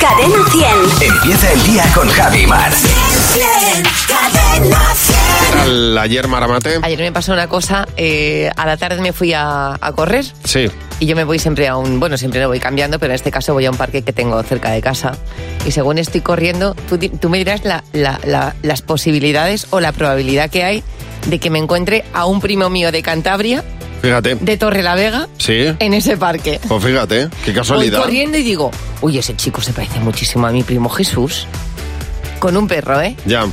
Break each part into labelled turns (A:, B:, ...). A: Cadena 100.
B: Empieza el día con Javi Mar.
A: Cadena 100.
C: Al- ayer Maramate.
D: Ayer me pasó una cosa, eh, a la tarde me fui a, a correr
C: Sí.
D: y yo me voy siempre a un, bueno, siempre lo voy cambiando, pero en este caso voy a un parque que tengo cerca de casa. Y según estoy corriendo, tú, di- tú me dirás la- la- la- las posibilidades o la probabilidad que hay de que me encuentre a un primo mío de Cantabria,
C: Fíjate.
D: de Torrelavega,
C: Sí.
D: en ese parque.
C: Pues fíjate, qué casualidad.
D: Voy corriendo y digo, uy, ese chico se parece muchísimo a mi primo Jesús, con un perro, ¿eh?
C: Ya,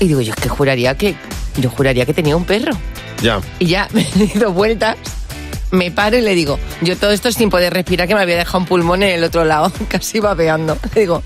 D: Y digo, yo es que juraría que, yo juraría que tenía un perro.
C: ya.
D: Y ya me he dado vueltas, me paro y le digo, yo todo esto sin poder respirar, que me había dejado un pulmón en el otro lado, casi vapeando. Le digo,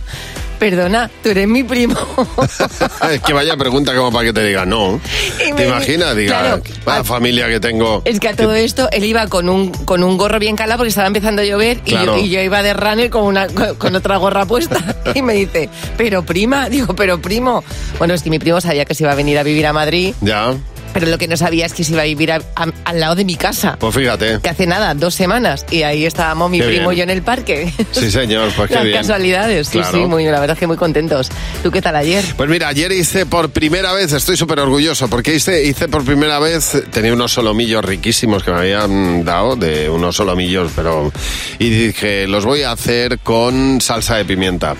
D: perdona, tú eres mi primo.
C: es que vaya pregunta como para que te diga no.
D: Y me-
C: ¿Te imaginas? Diga,
D: Claro. Eh.
C: vaya
D: A-
C: familia que tengo.
D: Es que a todo esto él iba con un, con un gorro bien calado porque estaba empezando a llover y,
C: Claro.
D: yo, y yo iba de runner con, una, con, con otra gorra puesta. Y me dice, pero prima, digo, pero primo. Bueno, es que mi primo sabía que se iba a venir a vivir a Madrid,
C: Ya,
D: pero lo que no sabía es que se iba a vivir a- a- al lado de mi casa.
C: pues fíjate.
D: que hace nada, dos semanas, y ahí estábamos mi
C: Qué
D: primo
C: bien.
D: y yo en el parque.
C: Sí, señor, pues qué
D: Las
C: bien.
D: casualidades, sí,
C: Claro.
D: sí, muy, la verdad es que muy contentos. ¿Tú qué tal ayer?
C: Pues mira, ayer hice por primera vez, estoy súper orgulloso, porque hice, hice por primera vez, eh, tenía unos solomillos riquísimos que me habían dado, de unos solomillos, pero... Y dije, los voy a hacer con salsa de pimienta.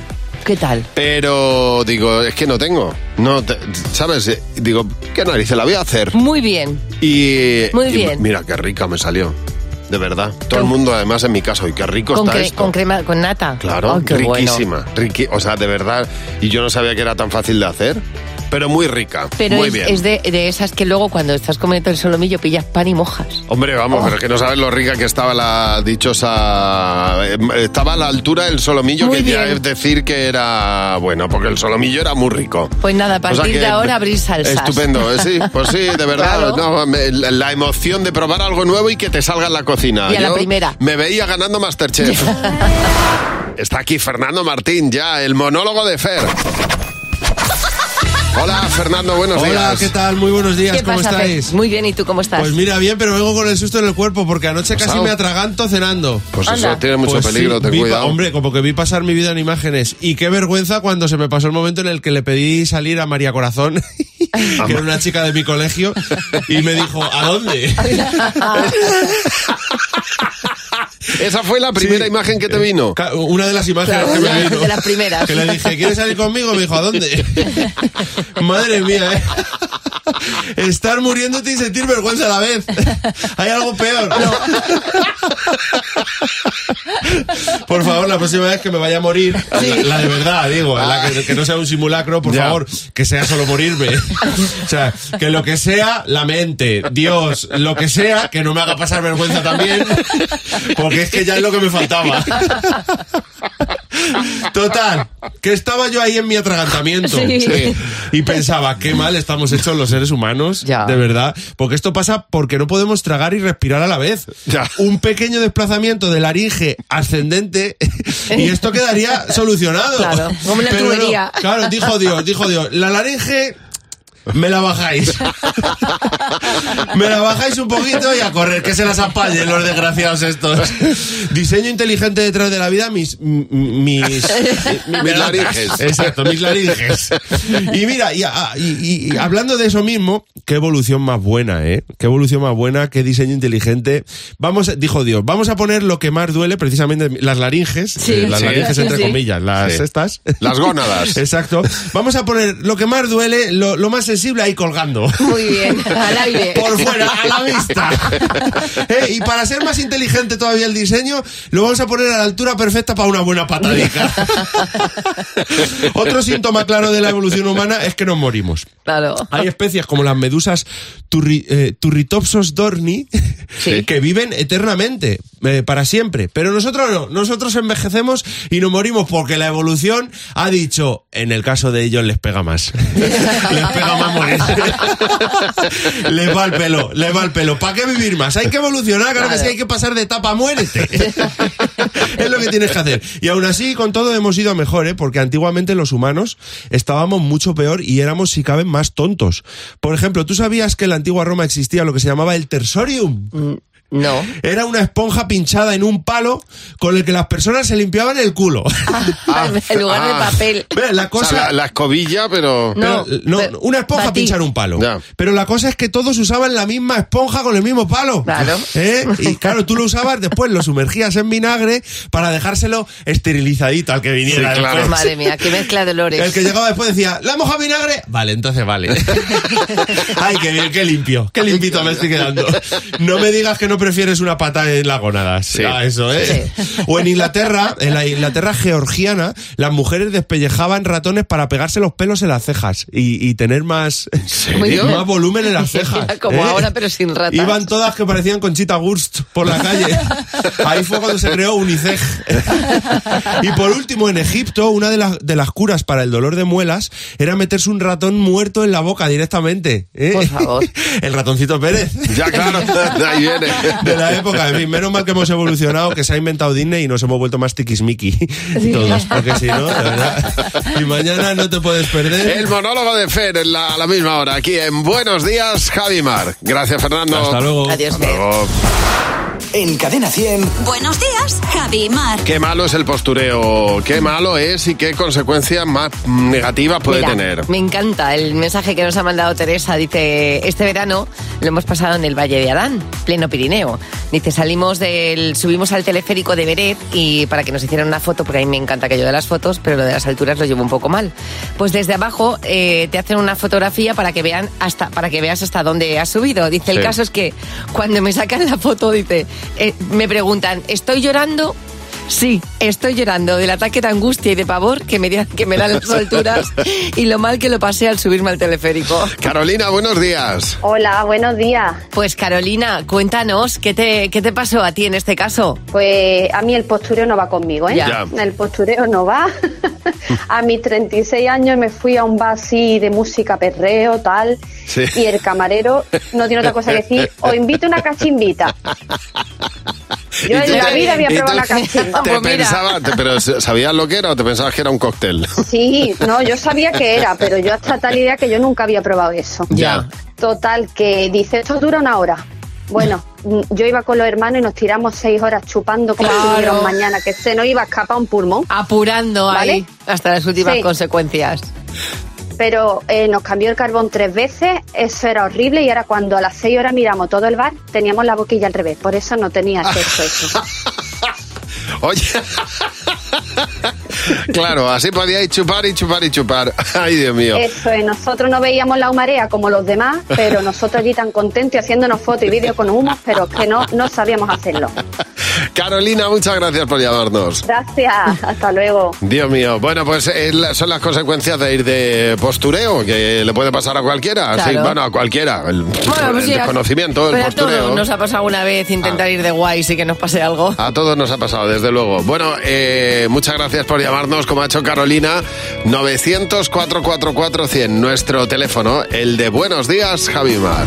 D: ¿Qué tal?
C: Pero digo, es que no tengo. No, te- ¿sabes? Eh, Digo, ¿qué narices la voy a hacer?
D: Muy bien.
C: Y,
D: Muy
C: y
D: bien.
C: mira, qué rica me salió. De verdad. Todo el mundo, además, en mi casa. Y qué rico
D: Con,
C: está
D: cre-
C: esto.
D: con crema, con nata.
C: Claro,
D: Ay, Ah, qué bueno.
C: riquísima. riqui- o sea, de verdad. Y yo no sabía que era tan fácil de hacer, pero muy rica.
D: Pero
C: muy
D: es,
C: bien.
D: es de, de esas que luego cuando estás comiendo el solomillo pillas pan y mojas.
C: Hombre,
D: Oh.
C: vamos, pero es que no sabes lo rica que estaba la dichosa... eh, Estaba a la altura del solomillo,
D: Muy
C: que ya
D: bien.
C: es decir que era... Bueno, porque el solomillo era muy rico.
D: Pues nada, a
C: O sea
D: partir
C: que-
D: de ahora abrir salsas.
C: Estupendo, eh, sí, pues sí, de verdad.
D: Claro.
C: no, me- la, la emoción de probar algo nuevo y que te salga en la cocina.
D: Y a la
C: Yo
D: primera.
C: Me veía ganando Masterchef. Está aquí Fernando Martín ya, el monólogo de Fer. Hola Fernando, buenos
E: Hola,
C: días.
E: ¿qué tal? Muy buenos días,
D: ¿Qué
E: ¿cómo
D: pasa, Fer?
E: estáis?
D: Muy bien, ¿y tú cómo estás?
E: Pues mira, bien, pero vengo con el susto en el cuerpo porque anoche casi
C: Pasao.
E: me atraganto cenando.
C: Pues eso
D: Anda.
C: tiene mucho
E: Pues sí,
C: peligro, ten
E: vi pa-
C: cuidado.
E: Hombre, como que vi pasar mi vida en imágenes. Y qué vergüenza cuando se me pasó el momento en el que le pedí salir a María Corazón, que era una chica de mi colegio, y me dijo, ¿a dónde?
C: Esa fue la primera
E: Sí.
C: imagen que te vino.
E: Ca- Una de las imágenes
D: Claro,
E: que
D: una
E: me
D: de las-
E: vino.
D: de las primeras.
E: Que le dije, ¿quieres salir conmigo? Me dijo, ¿a dónde? Madre mía, ¿eh? Estar muriéndote y sentir vergüenza a la vez. Hay algo peor. Por favor, la próxima vez que me vaya a morir, la, la de verdad, digo, la que, que no sea un simulacro, por
C: Ya.
E: favor, que sea solo morirme. O sea, que lo que sea, la mente, Dios, lo que sea, que no me haga pasar vergüenza también, porque es que ya es lo que me faltaba. Total, que estaba yo ahí en mi atragantamiento.
D: Sí.
E: Sí. Y pensaba, qué mal estamos hechos los seres humanos,
D: Ya.
E: de verdad. Porque esto pasa porque no podemos tragar y respirar a la vez.
C: Ya.
E: Un pequeño desplazamiento de laringe ascendente y esto quedaría solucionado.
D: Claro, como una
E: Pero no,
D: tubería.
E: claro, dijo Dios, dijo Dios, la laringe me la bajáis. me la bajáis un poquito y a correr, que se las apallen los desgraciados estos. Diseño inteligente detrás de la vida, mis. m- m- mis.
C: Mis laringes.
E: Exacto, mis laringes. Y mira, y, ah, y- y- y hablando de eso mismo, qué evolución más buena, ¿eh? Qué evolución más buena, qué diseño inteligente. Vamos, dijo Dios, vamos a poner lo que más duele, precisamente las laringes.
D: Sí.
E: eh, las
C: Sí.
E: laringes, entre
D: Sí.
E: comillas, las
C: Sí.
E: estas.
C: Las gónadas.
E: Exacto. Vamos a poner lo que más duele, lo, lo más sensible ahí colgando.
D: Muy bien, al aire.
E: Por fuera, a la vista. Eh, y para ser más inteligente todavía el diseño, lo vamos a poner a la altura perfecta para una buena patadica. Otro síntoma claro de la evolución humana es que nos morimos.
D: Claro.
E: Hay especies como las medusas turri- eh, Turritopsos dorni
D: Sí.
E: que viven eternamente, eh, para siempre. Pero nosotros no, nosotros envejecemos y nos morimos porque la evolución ha dicho, en el caso de ellos les pega más. les pega más
C: ¿eh?
E: morir. les va el pelo, les va el pelo. ¿Para qué vivir más? Hay que evolucionar, claro, que
D: Claro.
E: sí, hay que pasar de etapa, muérete. es lo que tienes que hacer. Y aún así, con todo hemos ido a mejor, ¿eh? porque antiguamente los humanos estábamos mucho peor y éramos, si caben, más tontos. Por ejemplo, ¿tú sabías que en la antigua Roma existía lo que se llamaba el tersorium?
D: Mm, No.
E: Era una esponja pinchada en un palo con el que las personas se limpiaban el culo.
D: en lugar de
C: ah.
D: papel.
E: Ve, la
C: O
E: cosa...
C: sea, la, la escobilla, pero...
E: Pero,
D: No,
E: no,
D: pero-
E: una esponja
D: batí.
E: pinchar un palo.
C: Ya.
E: Pero la cosa es que todos usaban la misma esponja con el mismo palo.
D: Claro.
E: ¿Eh? Y claro, tú lo usabas, después lo sumergías en vinagre para dejárselo esterilizadito al que viniera.
C: Sí, claro.
E: después.
D: Madre mía, qué mezcla de olores.
E: El que llegaba después decía, ¿la moja vinagre? Vale, entonces vale. Ay, qué bien, qué limpio, qué limpito me estoy quedando. No me digas que no prefieres una pata en las gonadas.
C: Sí.
E: Ah, eso, ¿eh? O en Inglaterra, en la Inglaterra georgiana, las mujeres despellejaban ratones para pegarse los pelos en las cejas y, y tener más,
D: serio?
E: más volumen en las cejas.
D: Como
E: ¿eh?
D: ahora, pero sin ratas.
E: Iban todas que parecían Conchita Gurst por la calle. Ahí fue cuando se creó Uniceg. Y por último, en Egipto, una de las, de las curas para el dolor de muelas era meterse un ratón muerto en la boca directamente. ¿eh?
D: Por favor.
E: El ratoncito Pérez.
C: Ya, claro, de ahí viene.
E: De la época, en fin, menos mal que hemos evolucionado, que se ha inventado Disney y nos hemos vuelto más tiquismiqui todos, porque si no, la verdad. Y mañana no te puedes perder.
C: El monólogo de Fer en la- a la misma hora, aquí en Buenos Días, Javi Mar. Gracias, Fernando.
E: Hasta luego.
D: Adiós,
C: Hasta
D: Fer.
C: luego.
B: En Cadena 100.
A: Buenos días, Javi y Mar.
C: Qué malo es el postureo,
D: Mm.
C: qué malo es y qué consecuencias más negativas puede
D: Mira,
C: tener.
D: Me encanta el mensaje que nos ha mandado Teresa. Dice, este verano lo hemos pasado en el Valle de Adán, pleno Pirineo. Dice, salimos del, subimos al teleférico de Beret y para que nos hicieran una foto, porque a mí me encanta que yo de las fotos, pero lo de las alturas lo llevo un poco mal. Pues desde abajo eh, te hacen una fotografía para que vean hasta, para que veas hasta dónde has subido. Dice,
C: Sí.
D: el caso es que cuando me sacan la foto, dice, eh, me preguntan, ¿estoy llorando? Sí, estoy llorando del ataque de angustia y de pavor que me, da- que me dan las alturas y lo mal que lo pasé al subirme al teleférico.
C: Carolina, buenos días.
F: Hola, buenos días.
D: Pues Carolina, cuéntanos, ¿qué te, qué te pasó a ti en este caso?
F: Pues a mí el postureo no va conmigo, ¿eh?
D: Ya.
C: Ya.
F: El postureo no va. a mis 36 años me fui a un bar así de música perreo, tal.
C: Sí.
F: Y el camarero no tiene otra cosa que decir, o invito una cachimbita. Yo
C: ¿Y tú
F: en la
C: te-
F: vida había
C: y
F: probado
C: tú-
F: una cachimba.
C: Te
D: Pues mira.
C: pensaba, te- pero ¿sabías lo que era o te pensabas que era un cóctel?
F: Sí, no, yo sabía que era, pero yo hasta tal idea que yo nunca había probado eso.
C: Ya.
F: Total, que dice, esto dura una hora. Bueno, mm, yo iba con los hermanos y nos tiramos seis horas chupando como
D: Claro.
F: si hubiera un mañana, que se nos iba a escapar un pulmón.
D: Apurando
F: ¿Vale?
D: ahí hasta las últimas
F: Sí.
D: consecuencias.
F: Pero eh, nos cambió el carbón tres veces, eso era horrible y ahora cuando a las seis horas miramos todo el bar, teníamos la boquilla al revés, por eso no tenía sexo eso.
C: Oye. claro, así podíais chupar y chupar y chupar. Ay, Dios mío.
D: Eh.
F: Eso es, nosotros no veíamos la humarea como los demás, pero nosotros allí tan contentos y haciéndonos fotos y vídeos con humos, pero es que no, no sabíamos hacerlo.
C: Carolina, muchas gracias por llamarnos.
F: Gracias, hasta luego.
C: Dios mío. Bueno, pues es la- son las consecuencias de ir de postureo, que le puede pasar a cualquiera.
D: Claro. pues
C: Sí, bueno, a cualquiera. El, el
D: sí, a-
C: desconocimiento, el
D: pero a
C: postureo. Ah.
D: todos nos ha pasado alguna vez intentar ir de guay y que nos pase algo.
C: A todos nos ha pasado, desde luego. Bueno, eh, muchas gracias por llamarnos, como ha hecho Carolina. 900-444-100, nuestro teléfono, el de Buenos Días, Javimar.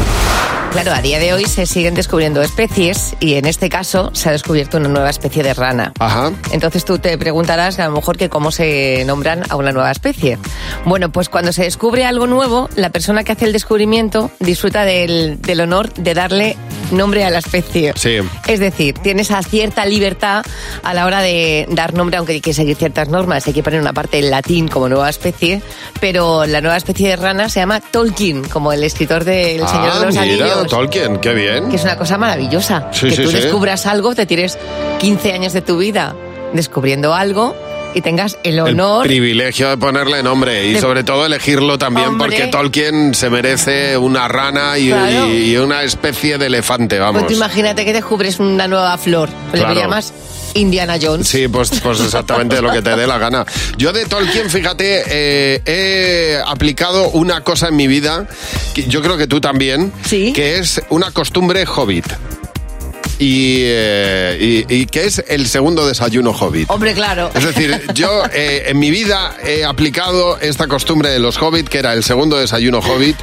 D: Claro, a día de hoy se siguen descubriendo especies y en este caso se ha descubierto una nueva especie de rana.
C: Ajá.
D: Entonces tú te preguntarás a lo mejor que cómo se nombran a una nueva especie. Bueno, pues cuando se descubre algo nuevo, la persona que hace el descubrimiento disfruta del, del honor de darle nombre a la especie.
C: Sí.
D: Es decir, tienes a cierta libertad a la hora de dar nombre, aunque hay que seguir ciertas normas, hay que poner una parte en latín como nueva especie, pero la nueva especie de rana se llama Tolkien, como el escritor de El Señor de los
C: ah, mira,
D: Anillos
C: Tolkien, qué bien.
D: que es una cosa maravillosa.
C: Sí,
D: que
C: sí,
D: tú
C: sí.
D: descubras algo, te tires 15 años de tu vida descubriendo algo y tengas el
C: El
D: honor.
C: privilegio de ponerle nombre y
D: De-
C: sobre todo elegirlo también
D: Hombre.
C: porque Tolkien se merece una rana y,
D: Claro.
C: y- y una especie de elefante, vamos.
D: Pues tú imagínate que descubres una nueva flor, pues
C: Claro.
D: le llamas Indiana Jones.
C: Sí, pues, pues exactamente lo que te dé la gana. Yo de Tolkien, fíjate, eh, he aplicado una cosa en mi vida, que yo creo que tú también,
D: Sí.
C: que es una costumbre hobbit. Y, eh, y- y que es el segundo desayuno hobbit.
D: Hombre, claro.
C: Es decir, yo eh, en mi vida he aplicado esta costumbre de los hobbit, que era el segundo desayuno hobbit.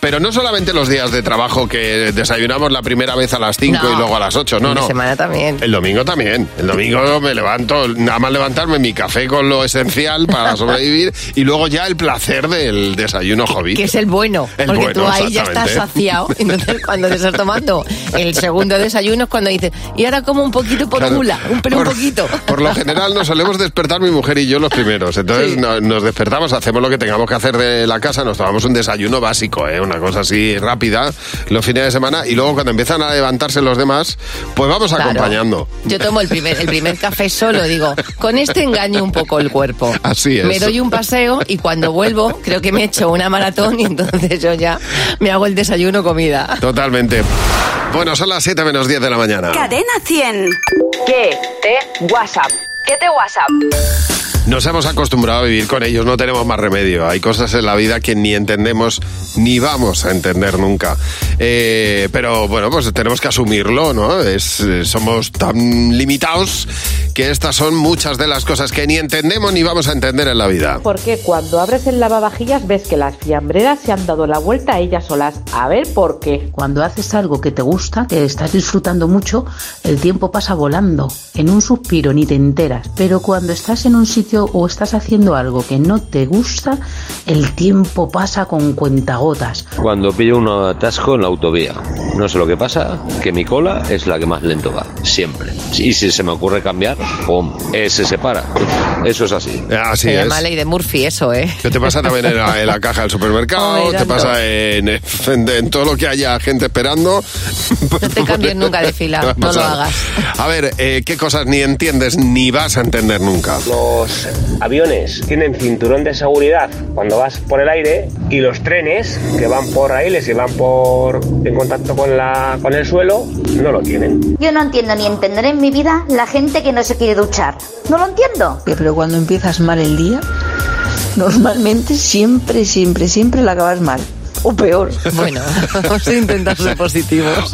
C: Pero no solamente los días de trabajo que desayunamos la primera vez a las 5
D: No.
C: y luego a las 8, no,
D: Fin de
C: no.
D: semana también.
C: El domingo también. El domingo me levanto, nada más levantarme mi café con lo esencial para sobrevivir y luego ya el placer del desayuno hobby.
D: Que es el bueno,
C: El
D: porque tú
C: bueno,
D: ahí ya estás
C: exactamente.
D: saciado. Entonces, cuando te estás tomando el segundo desayuno es cuando dices, y ahora como un poquito por
C: Claro.
D: gula, un, pero un
C: Por-
D: poquito.
C: Por lo general nos solemos despertar mi mujer y yo los primeros. Entonces no- nos, despertamos, hacemos lo que tengamos que hacer de la casa, nos tomamos un desayuno básico, ¿eh? una cosa así rápida, los fines de semana, y luego cuando empiezan a levantarse los demás, pues vamos
D: Claro.
C: acompañando.
D: Yo tomo el primer, el primer café solo, digo, con este engaño un poco el cuerpo.
C: Así es.
D: Me doy un paseo y cuando vuelvo creo que me he hecho una maratón y entonces yo ya me hago el desayuno comida.
C: Totalmente. Bueno, son las 7 menos 10 de la mañana.
A: Cadena 100.
G: ¿Qué te WhatsApp? ¿Qué te WhatsApp?
C: Nos hemos acostumbrado a vivir con ellos, no tenemos más remedio. Hay cosas en la vida que ni entendemos ni vamos a entender nunca. Eh, pero bueno, pues tenemos que asumirlo, ¿no? Es, eh, somos tan limitados que estas son muchas de las cosas que ni entendemos ni vamos a entender en la vida.
H: Porque cuando abres el lavavajillas ves que las fiambreras se han dado la vuelta a ellas solas. A ver por qué.
I: Cuando haces algo que te gusta, que estás disfrutando mucho, el tiempo pasa volando, en un suspiro ni te enteras. Pero cuando estás en un sitio o estás haciendo algo que no te gusta, el tiempo pasa con cuentagotas.
J: Cuando pillo un atasco en la autovía, no sé lo que pasa, que mi cola es la que más lento va, siempre. Y si se me ocurre cambiar, ¡pum! eh, se separa. Eso es así.
C: Así
D: Se
C: es.
D: llama ley de Murphy eso, ¿eh?
C: ¿Qué te pasa también en la, en la caja del supermercado?
D: Ay,
C: ¿Te
D: tanto.
C: pasa en, en- en todo lo que haya gente esperando?
D: No te cambies nunca de fila,
C: Te va a
D: Ah, no lo
C: pasar.
D: hagas.
C: Eh, A ver, eh, ¿qué cosas ni entiendes ni vas a entender nunca?
K: Los aviones tienen cinturón de seguridad cuando vas por el aire y los trenes que van por raíles y van por en contacto con la con el suelo no lo tienen.
L: Yo no entiendo ni entenderé en mi vida la gente que no se quiere duchar. No lo entiendo.
I: Pero cuando empiezas mal el día, normalmente siempre, siempre, siempre la acabas mal. O peor.
D: Bueno, vamos a intentar ser positivos.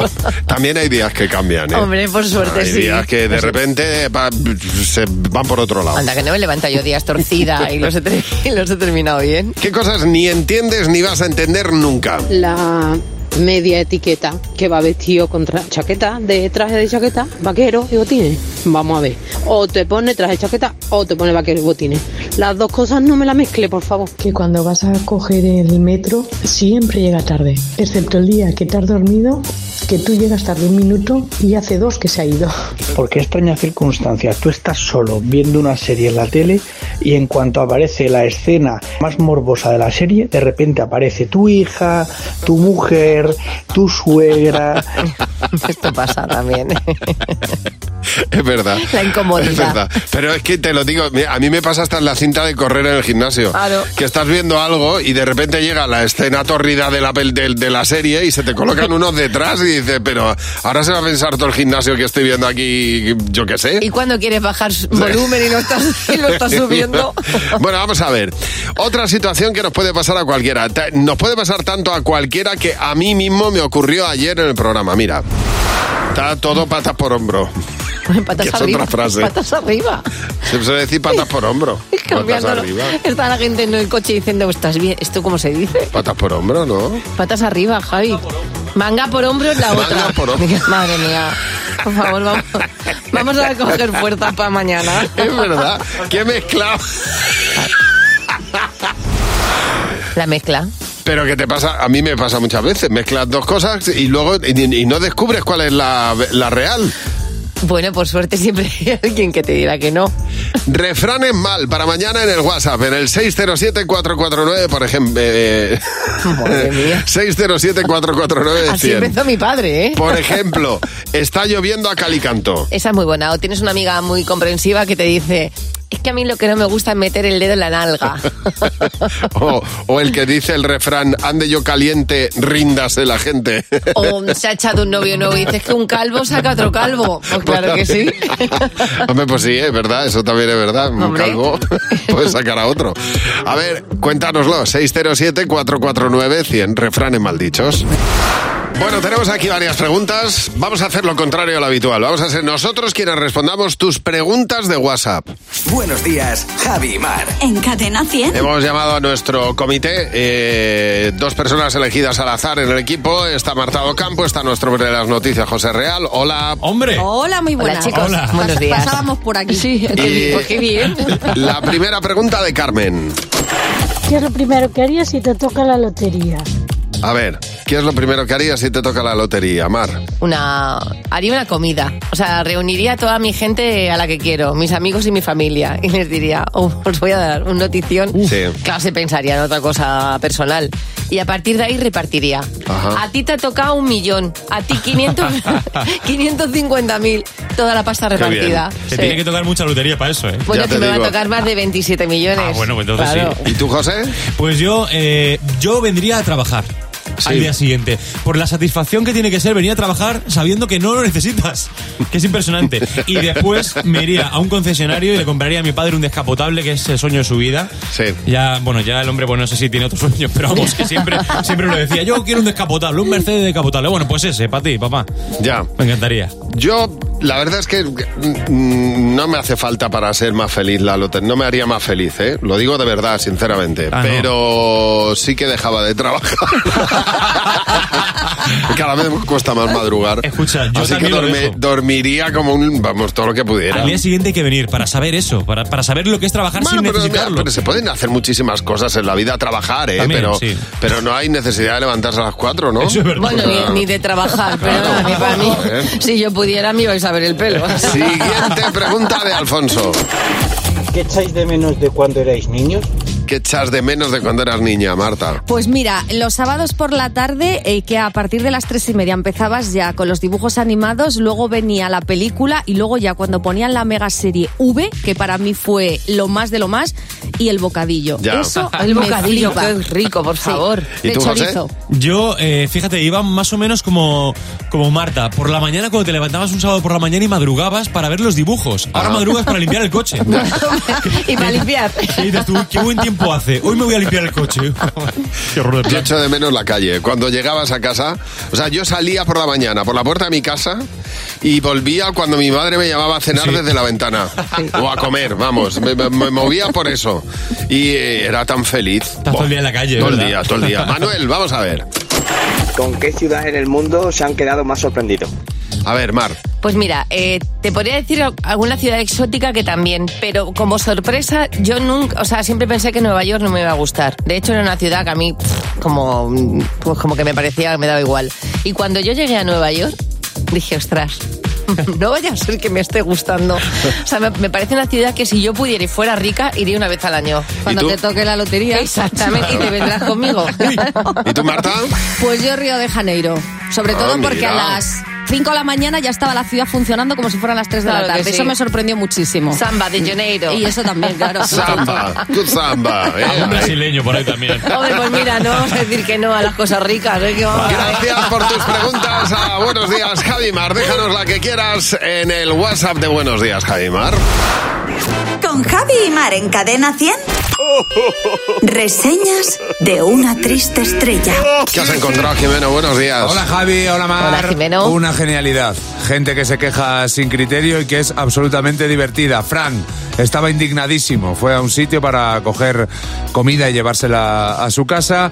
C: También hay días que cambian, ¿eh?
D: Hombre, por suerte
C: hay
D: sí.
C: días que de repente pa- se van por otro lado.
D: Anda, que no me levanta yo días torcida y los he, ter- y los he terminado bien.
C: ¿Qué cosas ni entiendes ni vas a entender nunca?
M: la media etiqueta que va vestido con tra- chaqueta, de traje de chaqueta, vaquero y botines. Vamos a ver. O te pone traje de chaqueta o te pone vaquero y botines. Las dos cosas no me las mezcle, por favor.
N: que cuando vas a coger el metro siempre llega tarde, excepto el día que te has dormido, que tú llegas tarde un minuto y hace dos que se ha ido.
O: ¿Por qué extraña circunstancia? Tú estás solo viendo una serie en la tele y en cuanto aparece la escena más morbosa de la serie, de repente aparece tu hija, tu mujer, tu suegra.
D: Esto pasa también.
C: Es verdad.
D: La incomodidad.
C: Es verdad. Pero es que te lo digo, mira, a mí me pasa hasta en la cinta de correr en el gimnasio.
D: Claro.
C: Que estás viendo algo y de repente llega la escena torrida de la, pel- del- de, la serie y se te colocan unos detrás y dices, pero ahora se va a pensar todo el gimnasio que estoy viendo aquí, yo qué sé.
D: Y cuando quieres bajar s- volumen y lo estás, y lo estás subiendo.
C: bueno, vamos a ver. Otra situación que nos puede pasar a cualquiera. Ta- Nos puede pasar tanto a cualquiera que a mí mismo me ocurrió ayer en el programa. Mira, está todo patas por hombro.
D: Patas
C: Que es
D: arriba.
C: otra frase.
D: Patas arriba.
C: Se suele decir patas por hombro. Patas
D: Cambiándolo.
C: arriba.
D: Está la gente en el coche diciendo, ¿estás bien? ¿Esto cómo se dice?
C: Patas por hombro, ¿no?
D: Patas arriba, Javi. Manga por hombro es la
C: Manga
D: otra.
C: por hombro.
D: Madre mía. Por favor, vamos, vamos a coger fuerza para mañana.
C: Es verdad. Qué mezcla.
D: La mezcla.
C: Pero que te pasa, a mí me pasa muchas veces. Mezclas dos cosas y luego y, y no descubres cuál es la, la real.
D: Bueno, por suerte siempre hay alguien que te dirá que no.
C: Refranes mal para mañana en el WhatsApp, en el 607-449, por ejemplo. eh,
D: Madre mía.
C: 607-449.
D: Así
C: 100.
D: empezó mi padre, ¿eh?
C: Por ejemplo, está lloviendo a calicanto.
D: Esa es muy buena. O tienes una amiga muy comprensiva que te dice, es que a mí lo que no me gusta es meter el dedo en la nalga.
C: O, o el que dice el refrán, ande yo caliente, ríndase la gente.
D: o se ha echado un novio nuevo y dices que un calvo saca otro calvo. Pues claro que sí.
C: Hombre, pues sí, es verdad, eso también es verdad. Un
D: Hombre.
C: calvo puede sacar a otro. A ver, cuéntanoslo. 607-449-100, refranes maldichos. Bueno, tenemos aquí varias preguntas. Vamos a hacer lo contrario a lo habitual. Vamos a ser nosotros quienes respondamos tus preguntas de WhatsApp.
B: Buenos días, Javi y Mar.
A: En Cadena 100.
C: Hemos llamado a nuestro comité, eh, dos personas elegidas al azar en el equipo. Está Marta Ocampo, está nuestro hombre de las noticias, José Real. Hola.
E: Hombre.
P: Hola, muy buenas.
D: chicos. Hola. Buenos
P: Pas-
D: días.
P: Pasábamos por aquí. Sí,
C: Y-
P: qué bien.
C: La primera pregunta de Carmen.
Q: ¿Qué es lo primero que harías si te toca la lotería?
C: A ver, ¿qué es lo primero que harías si te toca la lotería, Mar?
D: Una, haría una comida. O sea, reuniría a toda mi gente a la que quiero, mis amigos y mi familia, y les diría, "Oh, os voy a dar una notición.
C: Sí.
D: Claro, se pensaría en otra cosa personal. Y a partir de ahí repartiría.
C: Ajá.
D: A ti te ha tocado un millón, a ti 500, 550 mil, toda la pasta repartida.
R: Te
D: Sí.
R: tiene que tocar mucha lotería para eso, ¿eh?
D: Bueno, es que me va a tocar más de 27 millones.
R: Ah, bueno, pues entonces
D: Claro.
R: sí.
C: ¿Y tú, José?
R: Pues yo, eh, yo vendría a trabajar. Al día siguiente. Por la satisfacción que tiene que ser venir a trabajar sabiendo que no lo necesitas. Que es impresionante. Y después me iría a un concesionario y le compraría a mi padre un descapotable, que es el sueño de su vida.
C: Sí.
R: Ya, bueno, ya el hombre, bueno, no sé si tiene otros sueños, pero vamos, que siempre, siempre lo decía. Yo quiero un descapotable, un Mercedes descapotable. Bueno, pues ese, para ti, papá.
C: Ya.
R: Me encantaría.
C: Yo, la verdad es que mm, no me hace falta para ser más feliz la lotería. No me haría más feliz, ¿eh? Lo digo de verdad, sinceramente.
R: Ah, no.
C: pero sí que dejaba de trabajar. Cada vez me cuesta más madrugar.
R: Escucha, Eh, yo
C: Así que
R: también lo
C: dormi-
R: dejo.
C: dormiría como un. Vamos, todo lo que pudiera.
R: Al día siguiente hay que venir para saber eso, para, para saber lo que es trabajar
C: Bueno,
R: sin
C: pero, mira,
R: necesitarlo.
C: pero se pueden hacer muchísimas cosas en la vida, trabajar, ¿eh?
R: También,
C: pero,
R: sí.
C: pero no hay necesidad de levantarse a las 4, ¿no?
R: Eso es verdad.
D: Bueno,
C: O sea,
D: ni, ni de trabajar, pero nada, ni para mí.
C: ¿eh?
D: Si yo pudiera, me ibais a ver el pelo.
C: Siguiente pregunta de Alfonso.
O: ¿Qué echáis de menos de cuando erais niños?
C: ¿Qué echas de menos de cuando eras niña, Marta?
P: Pues mira, los sábados por la tarde, eh, que a partir de las tres y media empezabas ya con los dibujos animados, luego venía la película y luego ya cuando ponían la mega serie V, que para mí fue lo más de lo más, y el bocadillo.
R: Ya.
P: Eso
R: El
P: me
R: bocadillo,
P: flipa.
R: qué rico, por
P: Sí.
R: favor. ¿Y
P: De
R: tú, José?
P: chorizo.
R: Yo, eh, fíjate, iba más o menos como, como Marta. Por la mañana, cuando te levantabas un sábado por la mañana y madrugabas para ver los dibujos. Ahora madrugas para limpiar el coche.
D: y para limpiar.
R: Y dices tú, "Uy, qué buen tiempo hace. Hoy me voy a limpiar el coche.
C: Yo echo de menos la calle. Cuando llegabas a casa, o sea, yo salía por la mañana por la puerta de mi casa y volvía cuando mi madre me llamaba a cenar desde la ventana o a comer, vamos. Me, me- me movía por eso y eh, era tan feliz.
R: todo el día en la calle,
C: Todo el
R: ¿verdad?
C: día, todo el día. Manuel, vamos a ver.
S: ¿Con qué ciudad en el mundo se han quedado más sorprendidos?
C: A ver, Mar.
D: Pues mira, eh, te podría decir alguna ciudad exótica que también, pero como sorpresa, yo nunca, o sea, siempre pensé que Nueva York no me iba a gustar. De hecho, era una ciudad que a mí, pff, como, mm, pues como que me parecía, me daba igual. Y cuando yo llegué a Nueva York, dije, ostras. No vaya a ser que me esté gustando. O sea, me, me parece una ciudad que si yo pudiera y fuera rica, iría una vez al año.
P: Cuando te toque la lotería.
D: Exactamente, y te vendrás conmigo.
C: ¿Y tú, Marta?
P: Pues yo Río de Janeiro. Sobre
C: Ah,
P: todo porque
C: mira.
P: a las 5 de la mañana ya estaba la ciudad funcionando como si fueran las 3 de
D: Claro
P: la
D: que
P: tarde.
D: sí.
P: Eso me sorprendió muchísimo.
D: Samba de Janeiro.
P: Y eso también, claro.
C: Samba, tú samba. eh,
R: Un
C: ahí.
R: brasileño por ahí también.
D: Hombre, pues mira, no vamos a decir que no a las cosas ricas. ¿eh? Que vamos a-
C: Gracias por tus preguntas a Buenos Días Javimar. Déjanos la que quieras en el WhatsApp de Buenos Días Javimar.
A: Con Javi y Mar en Cadena 100. Reseñas de una triste estrella.
C: ¿Qué has encontrado, Jimeno? Buenos días.
T: Hola Javi, hola Mar.
D: Hola, Jimeno.
T: Una genialidad. Gente que se queja sin criterio y que es absolutamente divertida. Fran estaba indignadísimo. Fue a un sitio para coger comida y llevársela a su casa.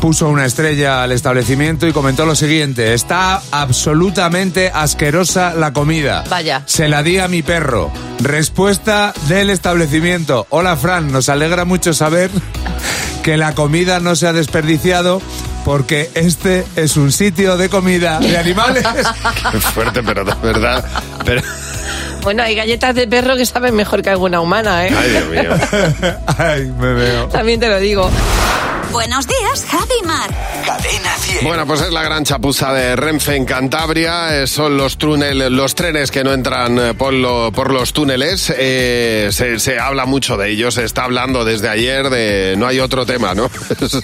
T: Puso una estrella al establecimiento y comentó lo siguiente. Está absolutamente asquerosa la comida.
D: Vaya.
T: Se la di a mi perro. Respuesta del establecimiento. Hola Fran, nos alegra mucho saber que la comida no se ha desperdiciado porque este es un sitio de comida de animales.
C: Qué fuerte, pero de verdad. Pero,
D: Bueno, hay galletas de perro que saben mejor que alguna humana, ¿eh?
C: ay, Dios mío.
T: Ay, me veo.
D: También te lo digo.
A: Buenos días, Javi y Mar.
C: Bueno, pues es la gran chapuza de Renfe en Cantabria. Eh, son los túneles, los trenes que no entran eh, por, lo- por los túneles. Eh, se, se habla mucho de ellos. Se está hablando desde ayer de no hay otro tema, ¿no? Es-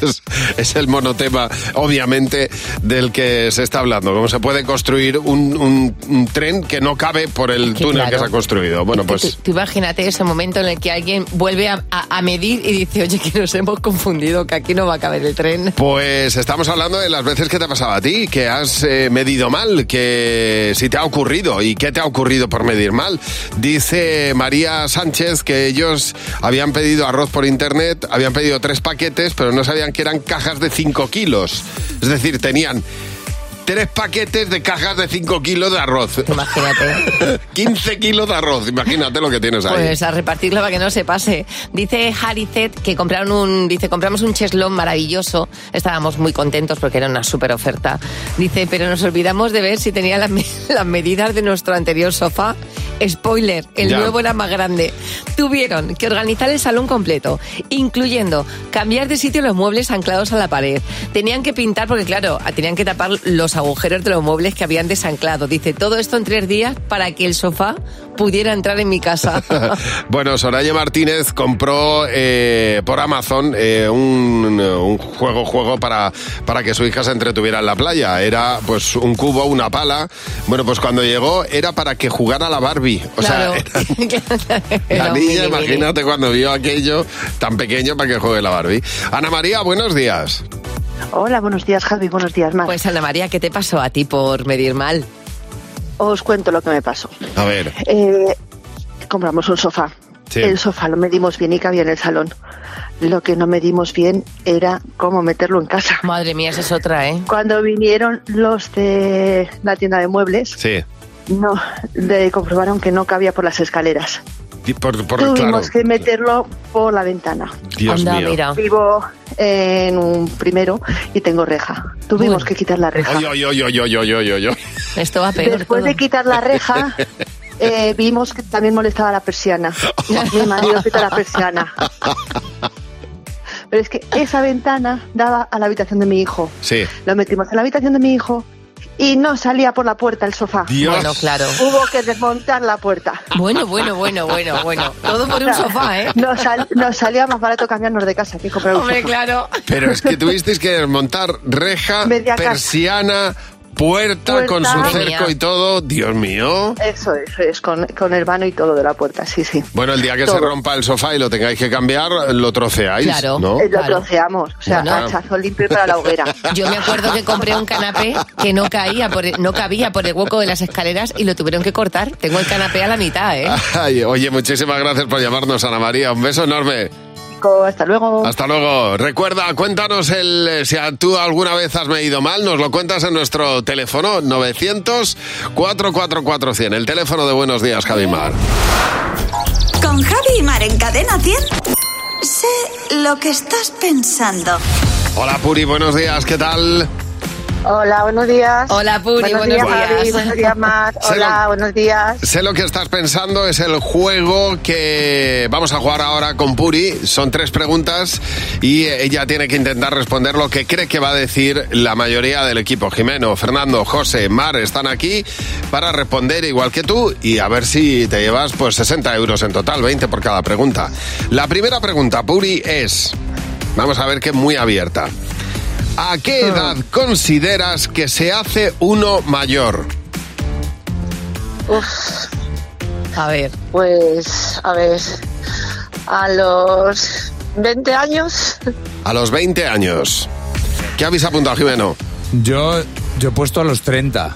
C: es- es el monotema, obviamente, del que se está hablando. Cómo se puede construir un, un- un tren que no cabe por el
D: Que
C: túnel que
D: claro.
C: se ha construido. Bueno,
D: Tú,
C: pues...
D: tú imagínate ese momento en el que alguien vuelve a, a- a medir y dice, oye, que nos hemos confundido, que aquí no va a caber el tren.
C: Pues estamos hablando de las veces que te ha pasado a ti, que has eh, medido mal, que si te ha ocurrido y qué te ha ocurrido por medir mal. Dice María Sánchez que ellos habían pedido arroz por internet, habían pedido tres paquetes, pero no sabían que eran cajas de 5 kilos. Es decir, tenían tres paquetes de cajas de 5 kilos de arroz.
D: Imagínate.
C: 15 kilos de arroz, imagínate lo que tienes ahí.
D: Pues a repartirlo para que no se pase. Dice Haricet que compraron un, dice, compramos un cheslón maravilloso. Estábamos muy contentos porque era una súper oferta. Dice, pero nos olvidamos de ver si tenía las, me- las medidas de nuestro anterior sofá. Spoiler, el
U: Ya.
D: nuevo era más grande. Tuvieron que organizar el salón completo, incluyendo cambiar de sitio los muebles anclados a la pared. Tenían que pintar, porque claro, tenían que tapar los agujeros de los muebles que habían desanclado. Dice, todo esto en tres días para que el sofá pudiera entrar en mi casa.
C: Bueno, Soraya Martínez compró eh, por Amazon eh, un, un juego juego para, para que su hija se entretuviera en la playa. Era pues un cubo, una pala. Bueno, pues cuando llegó era para que jugara a la Barbie. O sea,
D: Era
C: la
D: un
C: niña,
D: mini, mini.
C: imagínate cuando vio aquello tan pequeño para que juegue la Barbie. Ana María, buenos días.
V: Hola, buenos días, Javi. Buenos días, Mar.
D: Pues Ana María, ¿qué te pasó a ti por medir mal?
V: Os cuento lo que me pasó.
C: A ver.
V: Eh, compramos un sofá.
C: Sí.
V: El sofá lo medimos bien y cabía en el salón. Lo que no medimos bien era cómo meterlo en casa.
D: Madre mía, esa es otra, ¿eh?
V: Cuando vinieron los de la tienda de muebles,
C: Sí.
V: no, le comprobaron que no cabía por las escaleras.
C: Di- Por, por- claro.
V: Tuvimos que meterlo por la ventana.
C: Dios Anda, mío. mira.
V: Vivo en un primero y tengo reja. Tuvimos que quitar la reja.
C: Oy, oy, oy, oy, oy, oy, oy, oy, oy.
D: Esto va a peor.
V: Después de quitar la reja, eh, vimos que también molestaba la persiana. Mi marido quita la persiana. Pero es que esa ventana daba a la habitación de mi hijo.
C: Sí.
V: Lo metimos en la habitación de mi hijo y no salía por la puerta el sofá.
C: Dios. Bueno, claro.
V: Hubo que desmontar la puerta.
D: Bueno, bueno, bueno, bueno, bueno. Todo por un sofá, ¿eh?
V: Nos, sal- nos salía más barato cambiarnos de casa que comprar un
D: Hombre,
V: sofá.
D: claro.
C: Pero es que tuvisteis que desmontar reja,
V: Media casa.
C: persiana, puerta,
V: Puerta.
C: con su
V: Madre
C: cerco
V: mía.
C: y todo. Dios mío.
V: Eso, eso es, con, con el vano y todo de la puerta, sí, sí.
C: Bueno, el día que se
V: Todo.
C: rompa el sofá y lo tengáis que cambiar, lo troceáis, ¿no?
V: Eh, Lo troceamos, o sea,
C: Bueno.
V: hachazo limpio y para la hoguera.
D: Yo me acuerdo que compré un canapé que no caía, por el- no cabía por el hueco de las escaleras y lo tuvieron que cortar. Tengo el canapé a la mitad, ¿eh?
C: Ay, oye, muchísimas gracias por llamarnos, Ana María. Un beso enorme.
V: Hasta luego.
C: Hasta luego. Recuerda, cuéntanos el, eh, si a- tú alguna vez has medido mal, nos lo cuentas en nuestro teléfono 900-444-100, el teléfono de Buenos Días, Javimar.
A: Con Javi y Mar en Cadena 100. Sé lo que estás pensando.
C: Hola, Puri, buenos días, ¿qué tal?
V: Hola, buenos días.
D: Hola, Puri, buenos días.
V: Javi, buenos días, Mar.
C: Salud.
V: Hola, buenos días.
C: Sé lo que estás pensando, es el juego que vamos a jugar ahora con Puri. Son tres preguntas y ella tiene que intentar responder lo que cree que va a decir la mayoría del equipo. Jimeno, Fernando, José, Mar están aquí para responder igual que tú y a ver si te llevas pues 60 euros en total, 20 por cada pregunta. La primera pregunta, Puri, es, vamos a ver que es muy abierta. ¿A qué edad consideras que se hace uno mayor?
V: Uf,
D: A ver.
V: pues, a ver, a los 20 años.
C: A los 20 años. ¿Qué habéis apuntado, Jimeno?
T: Yo, yo he puesto a los 30.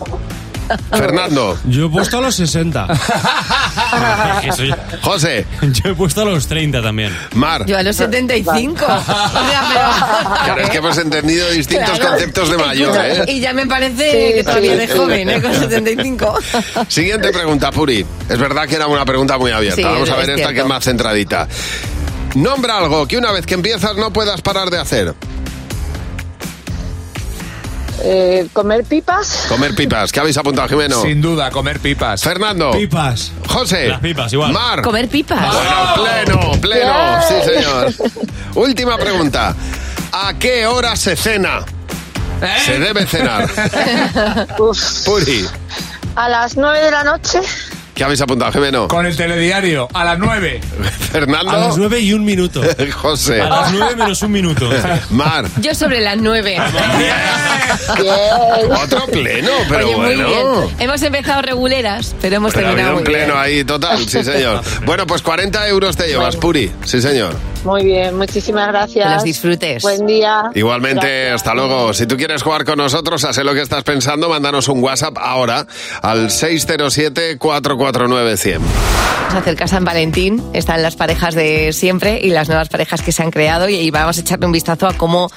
C: Fernando.
R: Yo he puesto a los 60.
C: José.
R: Yo he puesto a los 30 también.
C: Mar.
D: Yo a los 75.
C: Claro, es que hemos entendido distintos
D: Claro.
C: conceptos de mayor,
D: Escucha,
C: ¿eh?
D: Y ya me parece
V: Sí,
D: que todavía
V: sí,
D: eres
V: sí.
D: joven, ¿eh? Con 75.
C: Siguiente pregunta, Puri. Es verdad que era una pregunta muy abierta.
D: Sí,
C: Vamos a
D: es
C: ver esta
D: cierto.
C: que es más centradita. Nombra algo que una vez que empiezas no puedas parar de hacer.
D: Eh,
V: ¿Comer pipas?
C: Comer pipas. ¿Qué habéis apuntado, Jimeno?
T: Sin duda, comer pipas.
C: Fernando.
T: Pipas.
C: José.
T: Las pipas, igual.
C: Mar.
D: Comer pipas.
C: Bueno, pleno, pleno. Sí,
D: Bien.
C: señor. Última pregunta. ¿A qué hora se cena?
T: ¿Eh?
C: Se debe cenar. Puri.
V: A las 9 de la noche.
C: ¿Qué habéis apuntado, Gemeno?
T: Con el telediario, a las 9.
C: Fernando.
T: A las
C: nueve y un minuto. José.
R: A las 9 menos un minuto.
C: Mar.
D: Yo sobre las nueve.
C: Otro pleno, pero
D: Oye, muy
C: bueno.
D: bien. Hemos empezado reguleras, pero hemos
C: Pero ha habido
D: terminado
C: un
D: muy
C: pleno
D: bien.
C: ahí, total, sí señor. Bueno, pues 40 euros te llevas, Puri, sí señor.
F: Muy bien, muchísimas gracias.
D: Que los disfrutes.
F: Buen día.
C: Igualmente, hasta luego. Si tú quieres jugar con nosotros, haz lo que estás pensando, mándanos un WhatsApp ahora al 607-449-100.
D: Se acerca San Valentín, están las parejas de siempre y las nuevas parejas que se han creado y, y vamos a echarle un vistazo a cómo,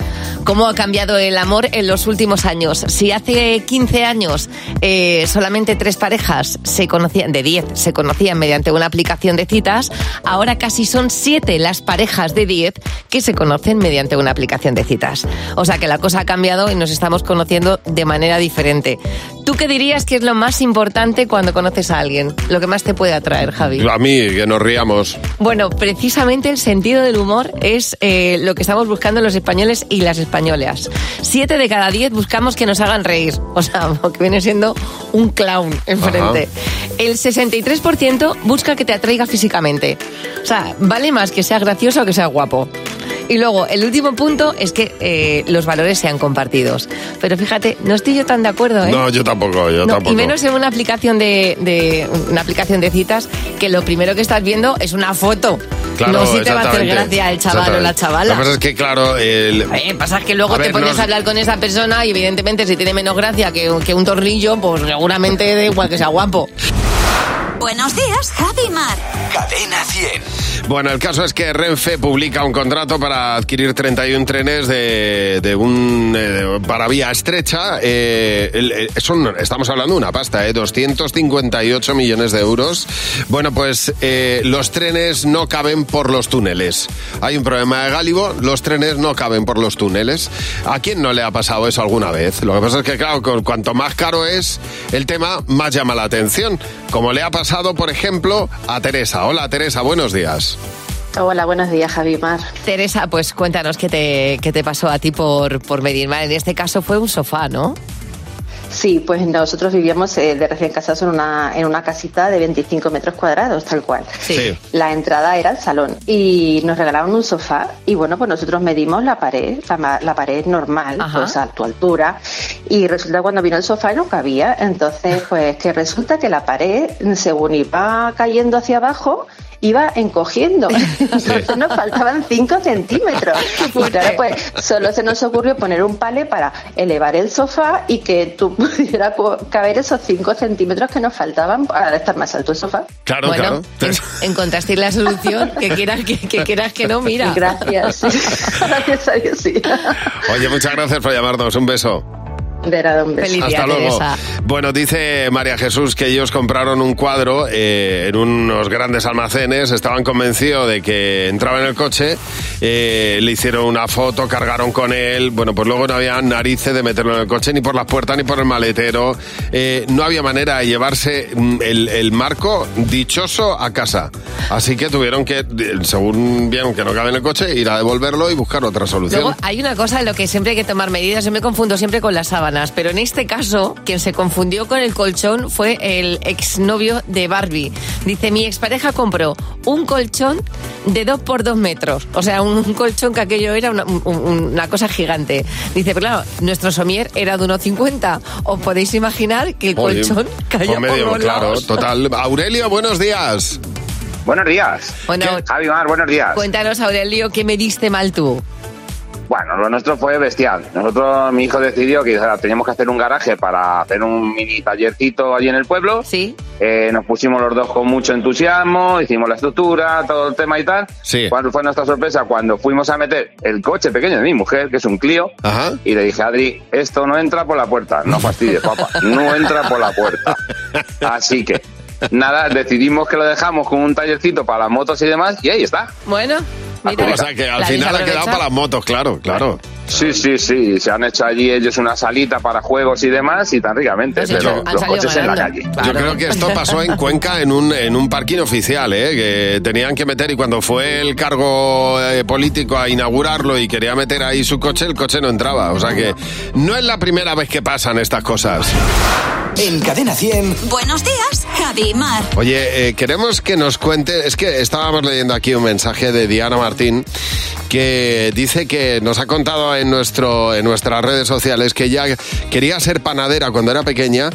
D: cómo ha cambiado el amor en los últimos años. Si hace 15 años eh, solamente tres parejas se conocían, de 10 se conocían mediante una aplicación de citas, ahora casi son 7 las parejas de 10 que se conocen mediante una aplicación de citas. O sea que la cosa ha cambiado y nos estamos conociendo de manera diferente. ¿Tú qué dirías que es lo más importante cuando conoces a alguien? Lo que más te puede atraer, Javi.
C: A mí, que nos riamos.
D: Bueno, precisamente el sentido del humor es eh, lo que estamos buscando los españoles y las españolas. Siete de cada diez buscamos que nos hagan reír, o sea, lo que viene siendo un clown enfrente. El 63% busca que te atraiga físicamente. O sea, vale más que sea gracioso que sea guapo. Y luego, el último punto es que eh, los valores sean compartidos. Pero fíjate, no estoy yo tan de acuerdo, ¿eh?
C: No, yo tampoco, yo
D: No,
C: tampoco.
D: y menos en una aplicación de, de- una aplicación de citas que lo primero que estás viendo es una foto. no si te va a hacer
C: exactamente,
D: gracia el chaval o la
C: exactamente. Lo que pasa
D: chavala.
C: es que, claro, el...
D: Eh, pasa es que luego
C: A
D: te
C: ver,
D: pones
C: nos-
D: a hablar con esa persona y evidentemente si tiene menos gracia que, que un tornillo, pues seguramente da igual que sea guapo.
A: Buenos días, Javi y Mar.
B: Cadena 100.
C: Bueno, el caso es que Renfe publica un contrato para adquirir 31 trenes de, de un eh, para vía estrecha. Eh, el- eh, son- estamos hablando de una pasta, eh, 258 millones de euros. Bueno, pues eh, los trenes no caben por los túneles. Hay un problema de gálibo, los trenes no caben por los túneles. ¿A quién no le ha pasado eso alguna vez? Lo que pasa es que, claro, con- cuanto más caro es el tema, más llama la atención. Como le ha pasado, por ejemplo, a Teresa. Hola, Teresa, buenos días.
F: Hola, buenos días, Javi Mar.
D: Teresa, pues cuéntanos qué te, qué te pasó a ti por, por Medinmar. En este caso fue un sofá, ¿no?
F: Sí, pues nosotros vivíamos eh, de recién casados en una, en una casita de 25 metros cuadrados, tal cual.
D: Sí.
F: La entrada era el salón y nos regalaron un sofá y bueno, pues nosotros medimos la pared, la, ma- la pared normal,
U: Ajá.
F: pues a tu altura y resulta que cuando vino el sofá no cabía, entonces pues que resulta que la pared según iba cayendo hacia abajo iba encogiendo, entonces nos faltaban 5 centímetros. Y claro, pues solo se nos ocurrió poner un palé para elevar el sofá y que tú pudieras co- caber esos 5 centímetros que nos faltaban para estar más alto el sofá.
C: Claro,
D: Bueno,
C: claro.
D: Encontraste la solución que quieras que, que quieras que no, mira.
F: Gracias. Gracias a Dios, sí.
C: Oye, muchas gracias por llamarnos. Un beso.
F: De nada, un beso.
C: Pues Hasta luego. Bueno, dice María Jesús que ellos compraron un cuadro eh, en unos grandes almacenes, estaban convencidos de que entraba en el coche, eh, le hicieron una foto, cargaron con él, bueno, pues luego no había narices de meterlo en el coche, ni por las puertas, ni por el maletero, Eh, no había manera de llevarse mm, el, el marco dichoso a casa. Así que tuvieron que, de- según vieron que no cabe en el coche, ir a devolverlo y buscar otra solución.
D: Luego hay una cosa en lo que siempre hay que tomar medidas. Yo me confundo siempre con las sábanas, pero en este caso quien se confundió con el colchón fue el exnovio de Barbie. Dice, mi expareja compró un colchón de 2 por 2 metros. O sea, un, un colchón que aquello era una, un- un- una cosa gigante. Dice, pero claro, nuestro somier era de 1,50. Os podéis imaginar que el
C: Oye,
D: colchón cayó
C: por medio,
D: por los
C: claro,
D: lados.
C: total. Aurelio, buenos días.
W: Buenos días.
D: Bueno, pues
W: Javi Mar, buenos días.
D: Cuéntanos, Aurelio, ¿qué me diste mal tú?
W: Bueno, lo nuestro fue bestial. Nosotros, mi hijo decidió que o sea, teníamos que hacer un garaje para hacer un mini tallercito allí en el pueblo. Eh,
D: Sí.
W: nos pusimos los dos con mucho entusiasmo, hicimos la estructura, todo el tema y tal.
C: Sí.
W: ¿Cuál fue nuestra sorpresa? Cuando fuimos a meter el coche pequeño de mi mujer, que es un Clio, y le dije, Adri, esto no entra por la puerta. No fastidies, papá, no entra por la puerta. Así que, nada, decidimos que lo dejamos con un tallercito para las motos y demás, y ahí está.
D: Bueno, mira.
W: O sea, que al
D: La
W: final ha
D: desaprovecha.
W: quedado para
C: las motos, claro, claro.
W: Sí, sí, sí. Se han hecho allí ellos una salita para juegos y demás y tan ricamente.
C: Pues sí,
W: pero
C: han
W: los
C: salido
W: coches en la
C: ganando.
W: calle.
C: Yo creo que esto pasó en Cuenca en un, en un parking oficial, ¿eh? que tenían que meter y cuando fue el cargo eh, político a inaugurarlo y quería meter ahí su coche, el coche no entraba. O sea que no es la primera vez que pasan estas cosas.
B: En Cadena 100.
A: Buenos días, Javi y Mar.
C: Oye, eh, queremos que nos cuente, es que estábamos leyendo aquí un mensaje de Diana Martín que dice que nos ha contado en, nuestro, en nuestras redes sociales que ella quería ser panadera cuando era pequeña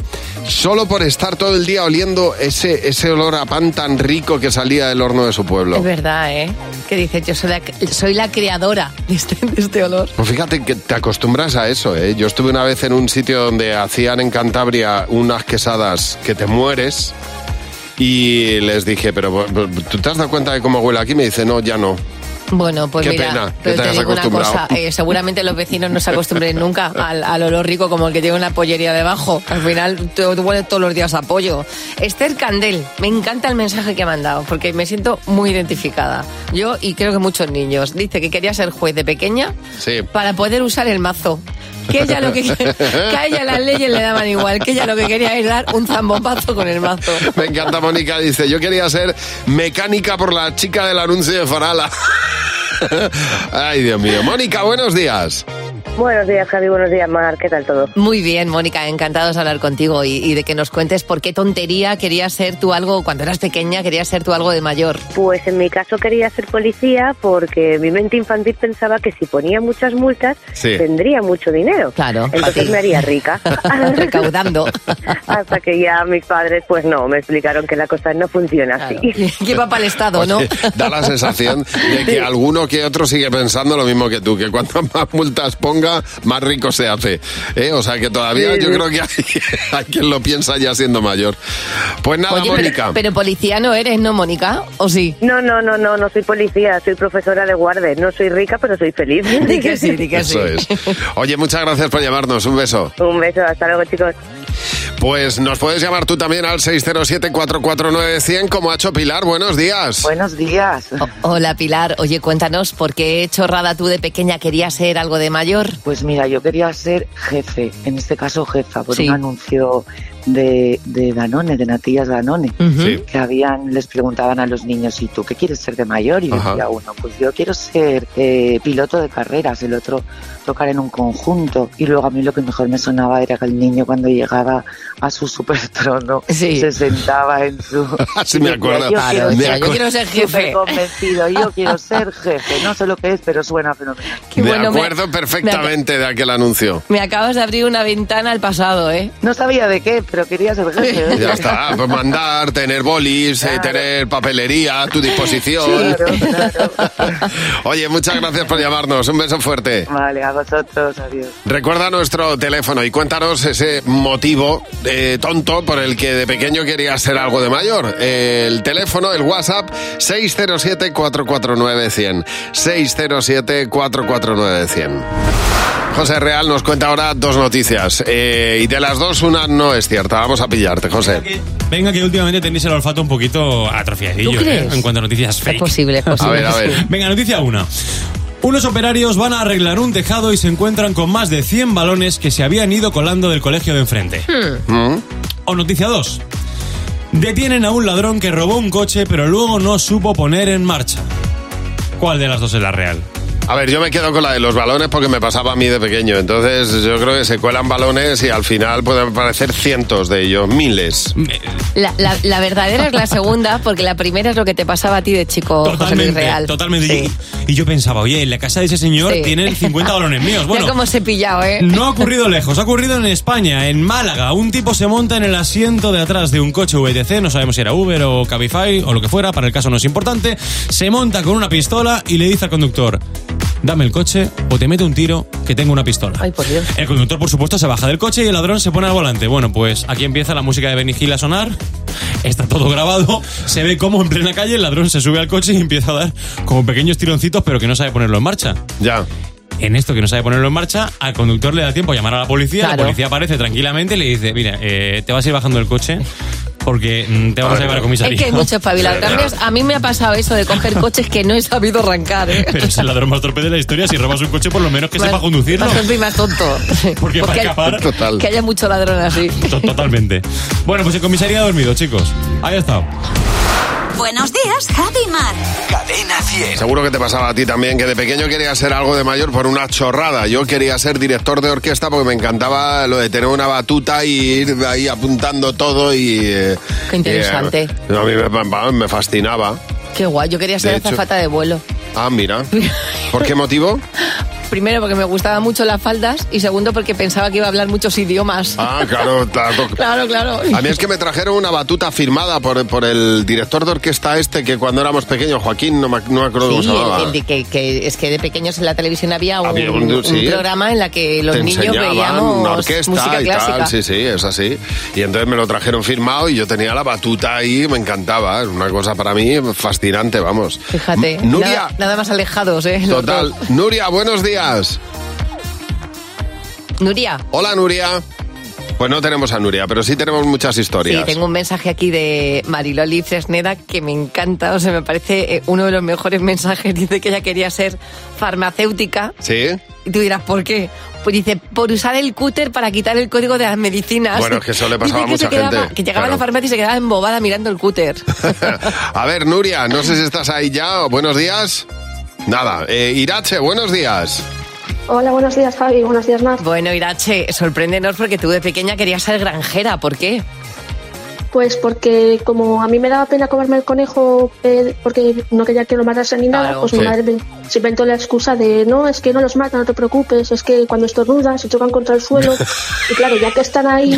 C: solo por estar todo el día oliendo ese, ese olor a pan tan rico que salía del horno de su pueblo.
D: Es verdad, ¿eh? Que dice, yo soy la, soy la creadora de este, de este olor.
C: Pues fíjate que te acostumbras a eso, ¿eh? Yo estuve una vez en un sitio donde hacían en Cantabria unas quesadas que te mueres y les dije, pero ¿tú te has dado cuenta de cómo huele aquí? Me dice, no, ya no.
D: Bueno, pues
C: Qué
D: mira,
C: pena que
D: pero te
C: te hayas
D: digo una
C: acostumbrado.
D: cosa, eh, seguramente los vecinos no se acostumbren nunca al, al olor rico como el que tiene una pollería debajo. Al final tú tú hueles todos los días a pollo. Esther Candel, me encanta el mensaje que me han dado porque me siento muy identificada. Yo y creo que muchos niños. Dice que quería ser juez de pequeña
C: Sí.
D: para poder usar el mazo. Que ella lo que, que a ella las leyes le daban igual, que ella lo que quería es dar un zambombazo con el mazo.
C: Me encanta Mónica, dice, yo quería ser mecánica por la chica del anuncio de Farala. Ay, Dios mío. Mónica, buenos días.
G: Buenos días, Javi. Buenos días, Mar. ¿Qué tal todo?
D: Muy bien, Mónica, encantados de hablar contigo y, y de que nos cuentes por qué tontería querías ser tú algo, cuando eras pequeña, querías ser tú algo de mayor.
G: Pues en mi caso quería ser policía porque mi mente infantil pensaba que si ponía muchas multas
D: Sí.
G: tendría mucho dinero.
D: Claro.
G: Entonces
D: fácil.
G: me haría rica.
D: Recaudando.
G: Hasta que ya mis padres, pues no, me explicaron que la cosa no funciona así.
D: Que va para el Estado, ¿no?
C: Oye, Da la sensación de que alguno que otro sigue pensando lo mismo que tú, que cuanto más multas ponga, más rico se hace. ¿Eh? O sea que todavía
D: Sí,
C: yo
D: sí.
C: creo que hay, hay quien lo piensa ya siendo mayor. Pues nada,
D: Oye,
C: Mónica.
D: pero, pero policía no eres, ¿no, Mónica? ¿O sí?
G: No, no, no, no, no soy policía, soy profesora de guarde. No soy rica, pero soy feliz.
D: Di que sí, di que sí.
C: Eso es. Oye, muchas gracias por llamarnos. Un beso.
G: Un beso, hasta luego, chicos.
C: Pues nos puedes llamar tú también al 607-449-100 como ha hecho Pilar. Buenos días.
G: Buenos días.
D: Hola, Pilar. Oye, cuéntanos, ¿por qué chorrada tú de pequeña querías ser algo de mayor?
H: Pues mira, yo quería ser jefe, en este caso jefa, por
D: Sí.
H: un anuncio de, de Danone, de natillas Danone,
G: Sí.
H: que habían, les preguntaban a los niños, ¿y tú qué quieres ser de mayor? Y
G: Ajá.
H: decía uno, pues yo quiero ser eh, piloto de carreras, el otro tocar en un conjunto. Y luego a mí lo que mejor me sonaba era que el niño cuando llegaba a su supertrono se sentaba en su...
C: Sí, me
H: y decía,
C: acuerdo.
H: "Yo
C: Claro,
H: quiero
C: me
H: ser-
C: acuerdo. Yo quiero ser jefe".
H: superconvencido, yo quiero ser jefe. No sé lo que es, pero suena fenomenal.
C: de
D: bueno, me-
C: acuerdo perfectamente de aquel anuncio.
D: Me acabas de abrir una ventana al pasado, ¿eh?
H: No sabía de qué, pero quería ser jefe.
C: Ya está, pues mandar, tener bolis, eh, tener papelería a tu disposición. Oye, muchas gracias por llamarnos. Un beso fuerte.
H: Vale, a vosotros, adiós.
C: Recuerda nuestro teléfono y cuéntanos ese motivo eh, tonto por el que de pequeño querías ser algo de mayor. El teléfono, el WhatsApp, 607-449-100. 607-449-100. José Real nos cuenta ahora dos noticias. eh, y de las dos, una no es cierta. Vamos a pillarte, José.
R: Venga, que últimamente tenéis el olfato un poquito atrofiadillo
D: ¿Tú crees?
R: ¿eh? en cuanto a noticias fake.
D: posible, es
C: posible. A ver, a ver.
R: Venga, noticia una. Unos operarios van a arreglar un tejado y se encuentran con más de 100 balones que se habían ido colando del colegio de enfrente.
D: Hmm.
R: Mm. O noticia 2. Detienen a un ladrón que robó un coche pero luego no supo poner en marcha. ¿Cuál de las dos es la real?
C: A ver, yo me quedo con la de los balones porque me pasaba a mí de pequeño. Entonces, yo creo que se cuelan balones y al final pueden aparecer cientos de ellos, miles.
D: La, la- la verdadera es la segunda, porque la primera es lo que te pasaba a ti de chico, José Luis
R: Totalmente,
D: Real.
R: totalmente.
D: Sí.
R: Y y yo pensaba, oye, en la casa de ese señor
D: Sí.
R: tienen 50 balones míos. Bueno,
D: Ya como se pillado, ¿eh?
R: No ha ocurrido lejos, ha ocurrido en España, en Málaga. Un tipo se monta en el asiento de atrás de un coche VTC, no sabemos si era Uber o Cabify o lo que fuera, para el caso no es importante. Se monta con una pistola y le dice al conductor: Dame el coche o te mete un tiro que tengo una pistola. El conductor, por supuesto, se baja del coche y el ladrón se pone al volante. Bueno, pues aquí empieza la música de Benny Hill a sonar. Está todo grabado. Se ve cómo en plena calle el ladrón se sube al coche y empieza a dar como pequeños tironcitos, pero que no sabe ponerlo en marcha.
C: Ya.
R: En esto que no sabe ponerlo en marcha, al conductor le da tiempo a llamar a la policía. La
D: Claro.
R: policía aparece tranquilamente y le dice: Mira, eh, te vas a ir bajando del coche porque mm, te vamos a llevar a comisaría.
D: Es que hay mucho espabilado. En cambio, a mí me ha pasado eso de coger coches que no he sabido arrancar, ¿eh?
R: Pero es el ladrón más torpe de la historia. Si robas un coche, por lo menos que
D: Más-
R: sepa conducirlo.
D: Más tonto y más tonto.
R: Porque para
D: hay-
R: escapar- Total.
D: Que haya mucho ladrón así.
R: To- Totalmente. Bueno, pues en comisaría ha dormido, chicos. Ahí ha estado.
A: Buenos días, Javi y Mar.
B: Cadena 100.
C: Eh, Seguro que te pasaba a ti también, que de pequeño quería ser algo de mayor por una chorrada. Yo quería ser director de orquesta porque me encantaba lo de tener una batuta y ir ahí apuntando todo y... eh,
D: Qué interesante.
C: y, eh, a mí me, me fascinaba.
D: Qué guay, yo quería ser
C: De hecho-
D: azafata de vuelo.
C: Ah, mira. ¿Por qué motivo?
D: Primero, porque me gustaban mucho las faldas y segundo, porque pensaba que iba a hablar muchos idiomas.
C: Ah, claro, claro.
D: Claro, claro.
C: A mí es que me trajeron una batuta firmada por, por el director de orquesta este que cuando éramos pequeños, Joaquín, no me, no me acuerdo cómo
D: Sí,
C: se llamaba.
D: el- el de que, que- es que de pequeños en la televisión había un,
C: Había un-
D: un
C: sí.
D: programa en la que los
C: Te
D: niños
C: enseñaban una
D: veíamos
C: orquesta
D: música
C: y
D: clásica.
C: tal, sí, sí, es así. Y entonces me lo trajeron firmado y yo tenía la batuta ahí, me encantaba, era una cosa para mí fascinante, vamos.
D: Fíjate,
C: M- Nuria.
D: nada, nada más alejados, ¿eh? los
C: Total.
D: dos.
C: Nuria, buenos días.
D: Nuria,
C: Hola, Nuria. Pues no tenemos a Nuria, pero sí tenemos muchas
D: sí,
C: historias.
D: tengo un mensaje aquí de Mariloli Fresneda que me encanta, o sea, me parece eh, uno de los mejores mensajes. Dice que ella quería ser farmacéutica.
C: ¿Sí?
D: Y tú dirás, ¿por qué? Pues dice, por usar el cúter para quitar el código de las medicinas.
C: Bueno, es que eso le pasaba
D: Dice
C: a mucha
D: que se quedaba-
C: gente,
D: Que llegaba a la
C: claro.
D: farmacia y se quedaba embobada mirando el cúter.
C: A ver, Nuria, no sé si estás ahí ya. o Buenos días. Nada, eh, Irache, buenos días.
D: Hola, buenos días, Javi. Buenos días, más. Bueno, Irache, sorpréndenos porque tú de pequeña querías ser granjera. ¿Por qué?
Q: Pues porque como a mí me daba pena comerme el conejo eh, porque no quería que lo matasen ni nada,
D: Claro,
Q: pues
D: sí.
Q: mi madre me- se inventó la excusa de no, es que no los matan, no te preocupes, es que cuando estornudan se chocan contra el suelo y claro, ya que están ahí,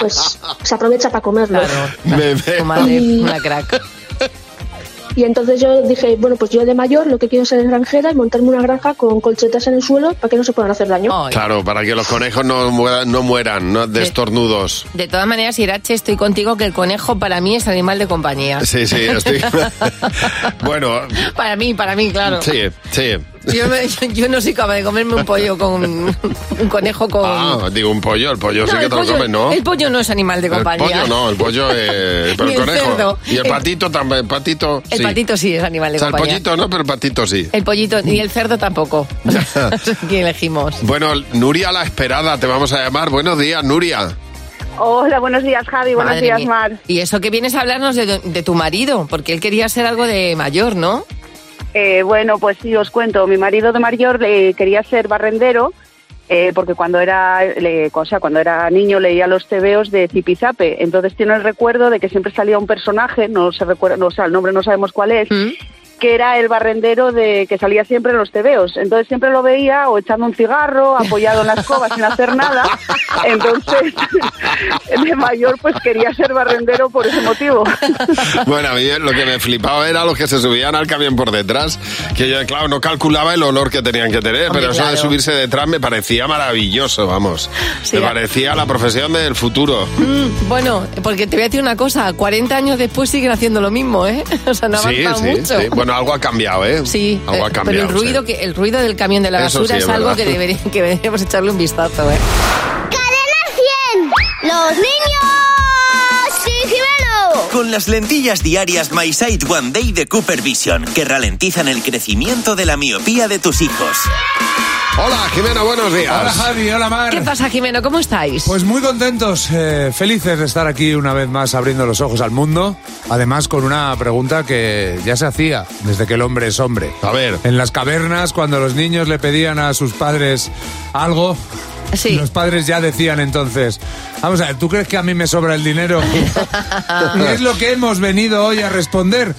Q: pues se aprovecha para comerlos.
C: Me
D: Tu madre, una crack.
Q: Y entonces yo dije, bueno, pues yo de mayor lo que quiero es ser granjera y montarme una granja con colchetas en el suelo para que no se puedan hacer
D: Oh.
Q: daño.
C: Claro, para que los conejos no mueran, no mueran no de estornudos.
D: De todas maneras, Irache, estoy contigo que el conejo para mí es animal de compañía.
C: Sí, sí, estoy. bueno,
D: para mí, para mí, claro.
C: sí, sí.
D: Yo, me- yo no soy capaz de comerme un pollo con un conejo con...
C: Ah, digo un pollo, el pollo sí
D: Mm. No,
C: que
D: el
C: te lo
D: pollo-
C: comes, ¿no?
D: El pollo no es animal de
C: El
D: compañía.
C: pollo no, el pollo eh, pero
D: Ni
C: el
D: el
C: conejo.
D: cerdo.
C: Y el
D: El-
C: patito también, el patito.
D: El
C: sí.
D: patito sí es animal de
C: O sea, el
D: compañía.
C: pollito Ah. no, pero el patito sí.
D: El pollito ni el cerdo tampoco. Aquí elegimos.
C: Bueno, Nuria la esperada, te vamos a llamar. Buenos días, Nuria.
J: Hola, buenos días, Javi. Buenos
D: Madre
J: días,
D: mía.
J: Mar.
D: Y eso que vienes a hablarnos de, de tu marido, porque él quería ser algo de mayor, ¿no?
J: Eh, bueno, pues sí, os cuento. Mi marido de mayor le quería ser barrendero. eh, porque cuando era le- o sea, cuando era niño leía los tebeos de Zipizape, entonces tiene el recuerdo de que siempre salía un personaje, no se recuerda, no, o sea, el nombre no sabemos cuál es,
G: Mm.
J: que era el barrendero de que salía siempre en los tebeos, entonces siempre lo veía o echando un cigarro, apoyado en la escoba sin hacer nada, entonces de mayor pues quería ser barrendero por ese motivo.
C: Bueno, a mí lo que me flipaba era los que se subían al camión por detrás, que yo, claro, no calculaba el olor que tenían que tener,
D: Hombre,
C: pero eso de
D: claro.
C: subirse detrás me parecía maravilloso, vamos.
D: Sí,
C: me
D: a-
C: parecía la profesión del futuro.
D: Mm, bueno, porque te voy a decir una cosa, 40 años después siguen haciendo lo mismo, ¿eh? O sea, no ha
C: sí,
D: avanzado
C: sí,
D: mucho.
C: sí. Bueno, algo ha cambiado, ¿eh? Sí. Algo ha
D: Pero
C: cambiado.
D: el ruido,
C: sí.
D: que, el ruido del camión de la
C: Eso
D: basura
C: sí,
D: es
C: es
D: algo
C: verdad.
D: que, debería- que deberíamos echarle un vistazo, ¿eh?
K: ¡Los niños! ¡Sí, Jimeno!
B: Con las lentillas diarias My Sight One Day de Cooper Vision, que ralentizan el crecimiento de la miopía de tus hijos.
C: Hola, Jimena, buenos días.
T: Hola, Javi, hola, Mar.
D: ¿Qué pasa, Jimeno? ¿Cómo estáis?
T: Pues muy contentos, eh, felices de estar aquí una vez más abriendo los ojos al mundo. Además, con una pregunta que ya se hacía desde que el hombre es hombre.
C: A ver.
T: En las cavernas, cuando los niños le pedían a sus padres algo. Los padres ya decían entonces, vamos a ver, ¿tú crees que a mí me sobra el dinero? ¿No es lo que hemos venido hoy a responder?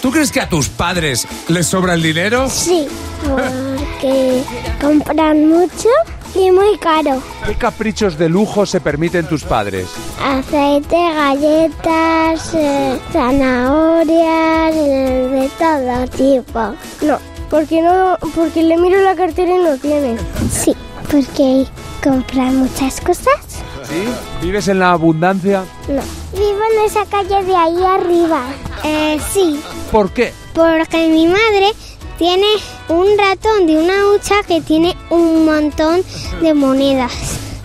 T: ¿Tú crees que a tus padres les sobra el dinero?
Q: Sí, porque compran mucho y muy caro.
T: ¿Qué caprichos de lujo se permiten tus padres?
Q: Aceite, galletas, eh, zanahorias, eh, de todo tipo. No, porque no, porque le miro la cartera y no tiene. Sí, porque compran muchas cosas.
T: ¿Sí? ¿Vives en la abundancia?
Q: No. Vivo en esa calle de ahí arriba. Eh, sí.
T: ¿Por qué?
Q: Porque mi madre tiene un ratón de una hucha que tiene un montón de monedas.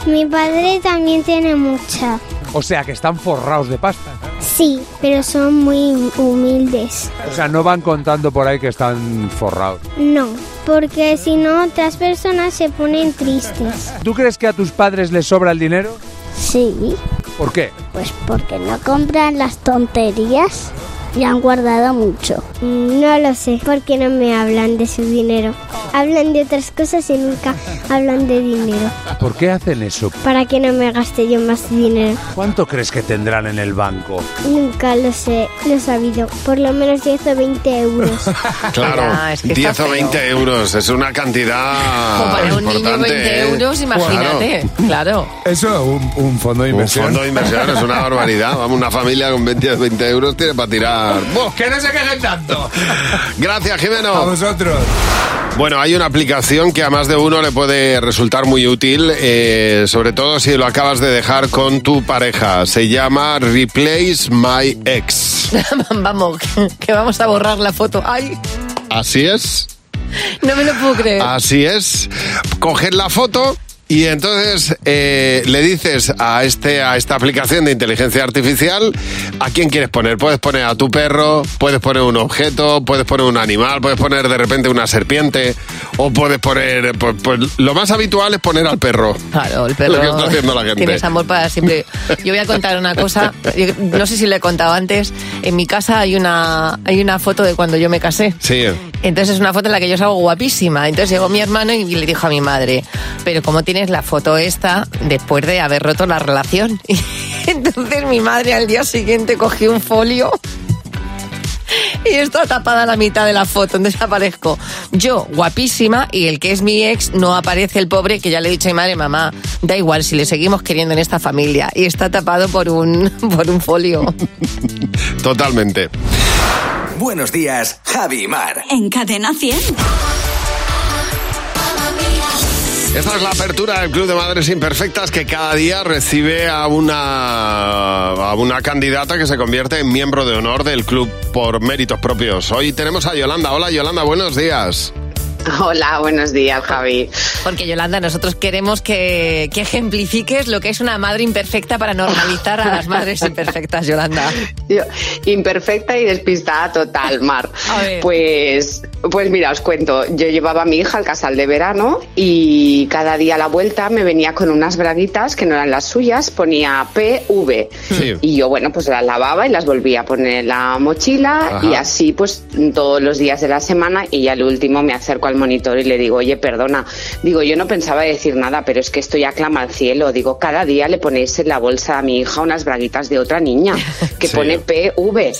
Q: Mi padre también tiene mucha.
T: O sea, que están forrados de pasta.
Q: Sí, pero son muy humildes.
T: O sea, no van contando por ahí que están forrados.
Q: No, porque si no otras personas se ponen tristes.
T: ¿Tú crees que a tus padres les sobra el dinero?
Q: Sí,
T: ¿Por qué?
Q: pues porque no compran las tonterías. y han guardado mucho. Mm, No lo sé, porque no me hablan de su dinero. Hablan de otras cosas y nunca hablan de dinero.
T: ¿Por qué hacen eso?
Q: Para que no me gaste yo más dinero.
T: ¿Cuánto crees que tendrán en el banco?
Q: Nunca lo sé, lo he sabido. Por lo menos 10 o 20 euros.
C: Claro,
Q: Ya, es que está
C: 10 o
Q: feo.
C: 20 euros, es una cantidad
D: Como para un niño
C: importante,
D: 20
C: ¿eh?
D: euros, imagínate. Claro.
T: Eso, un, un fondo de
C: Un
T: inversión.
C: fondo de inversión es una barbaridad. Vamos, una familia con 20, 20 euros tiene para tirar. ¡Buah!
T: ¡Que no se quejen tanto!
C: Gracias, Jimeno.
T: A vosotros.
C: Bueno, hay una aplicación que a más de uno le puede resultar muy útil, eh, sobre todo si lo acabas de dejar con tu pareja. Se llama Replace My Ex.
D: vamos, que vamos a borrar la foto. Ay,
C: Así es.
D: no me lo puedo creer.
C: Así es. Coges la foto y entonces eh, le dices a, este, a esta aplicación de inteligencia artificial a quién quieres poner. Puedes poner a tu perro, puedes poner un objeto, puedes poner un animal, puedes poner de repente una serpiente o puedes poner... pues- pues lo más habitual es poner al perro.
D: Claro, el
C: Lo que
D: Pero
C: está haciendo la gente.
D: Tienes amor para siempre. Yo voy a contar una cosa. Yo no sé si le he contado antes. En mi casa hay una, hay una foto de cuando yo me casé.
C: Sí.
D: Entonces es una foto en la que yo salgo guapísima. Entonces llegó mi hermano y le dijo a mi madre, pero ¿cómo tienes la foto esta después de haber roto la relación? Y entonces mi madre al día siguiente cogió un folio y está tapada la mitad de la foto, entonces aparezco yo, guapísima, y el que es mi ex no aparece el pobre, que ya le he dicho a mi madre, mamá, da igual si le seguimos queriendo en esta familia, y está tapado por un, por un folio.
C: Totalmente.
B: Buenos días, Javi y Mar.
A: En Cadena 100.
C: Esta es la apertura del Club de Madres Imperfectas que cada día recibe a una, a una candidata que se convierte en miembro de honor del club por méritos propios. Hoy tenemos a Yolanda. Hola Yolanda, buenos días.
I: Hola, buenos días, Javi.
D: Porque Yolanda, nosotros queremos que, que ejemplifiques lo que es una madre imperfecta para normalizar a las madres imperfectas, Yolanda.
I: Yo, imperfecta y despistada total, Mar. Pues, pues mira, os cuento. Yo llevaba a mi hija al casal de verano y cada día a la vuelta me venía con unas braguitas que no eran las suyas, ponía PV. Y yo, bueno, pues las lavaba y las volvía a poner en la mochila
L: Ajá.
I: y así pues todos los días de la semana y ya al último me acerco al monitor y le digo, oye, perdona, digo, yo no pensaba decir nada, pero es que esto ya clama al cielo, digo, cada día le ponéis en la bolsa a mi hija unas braguitas de otra niña que
L: Sí.
I: pone PV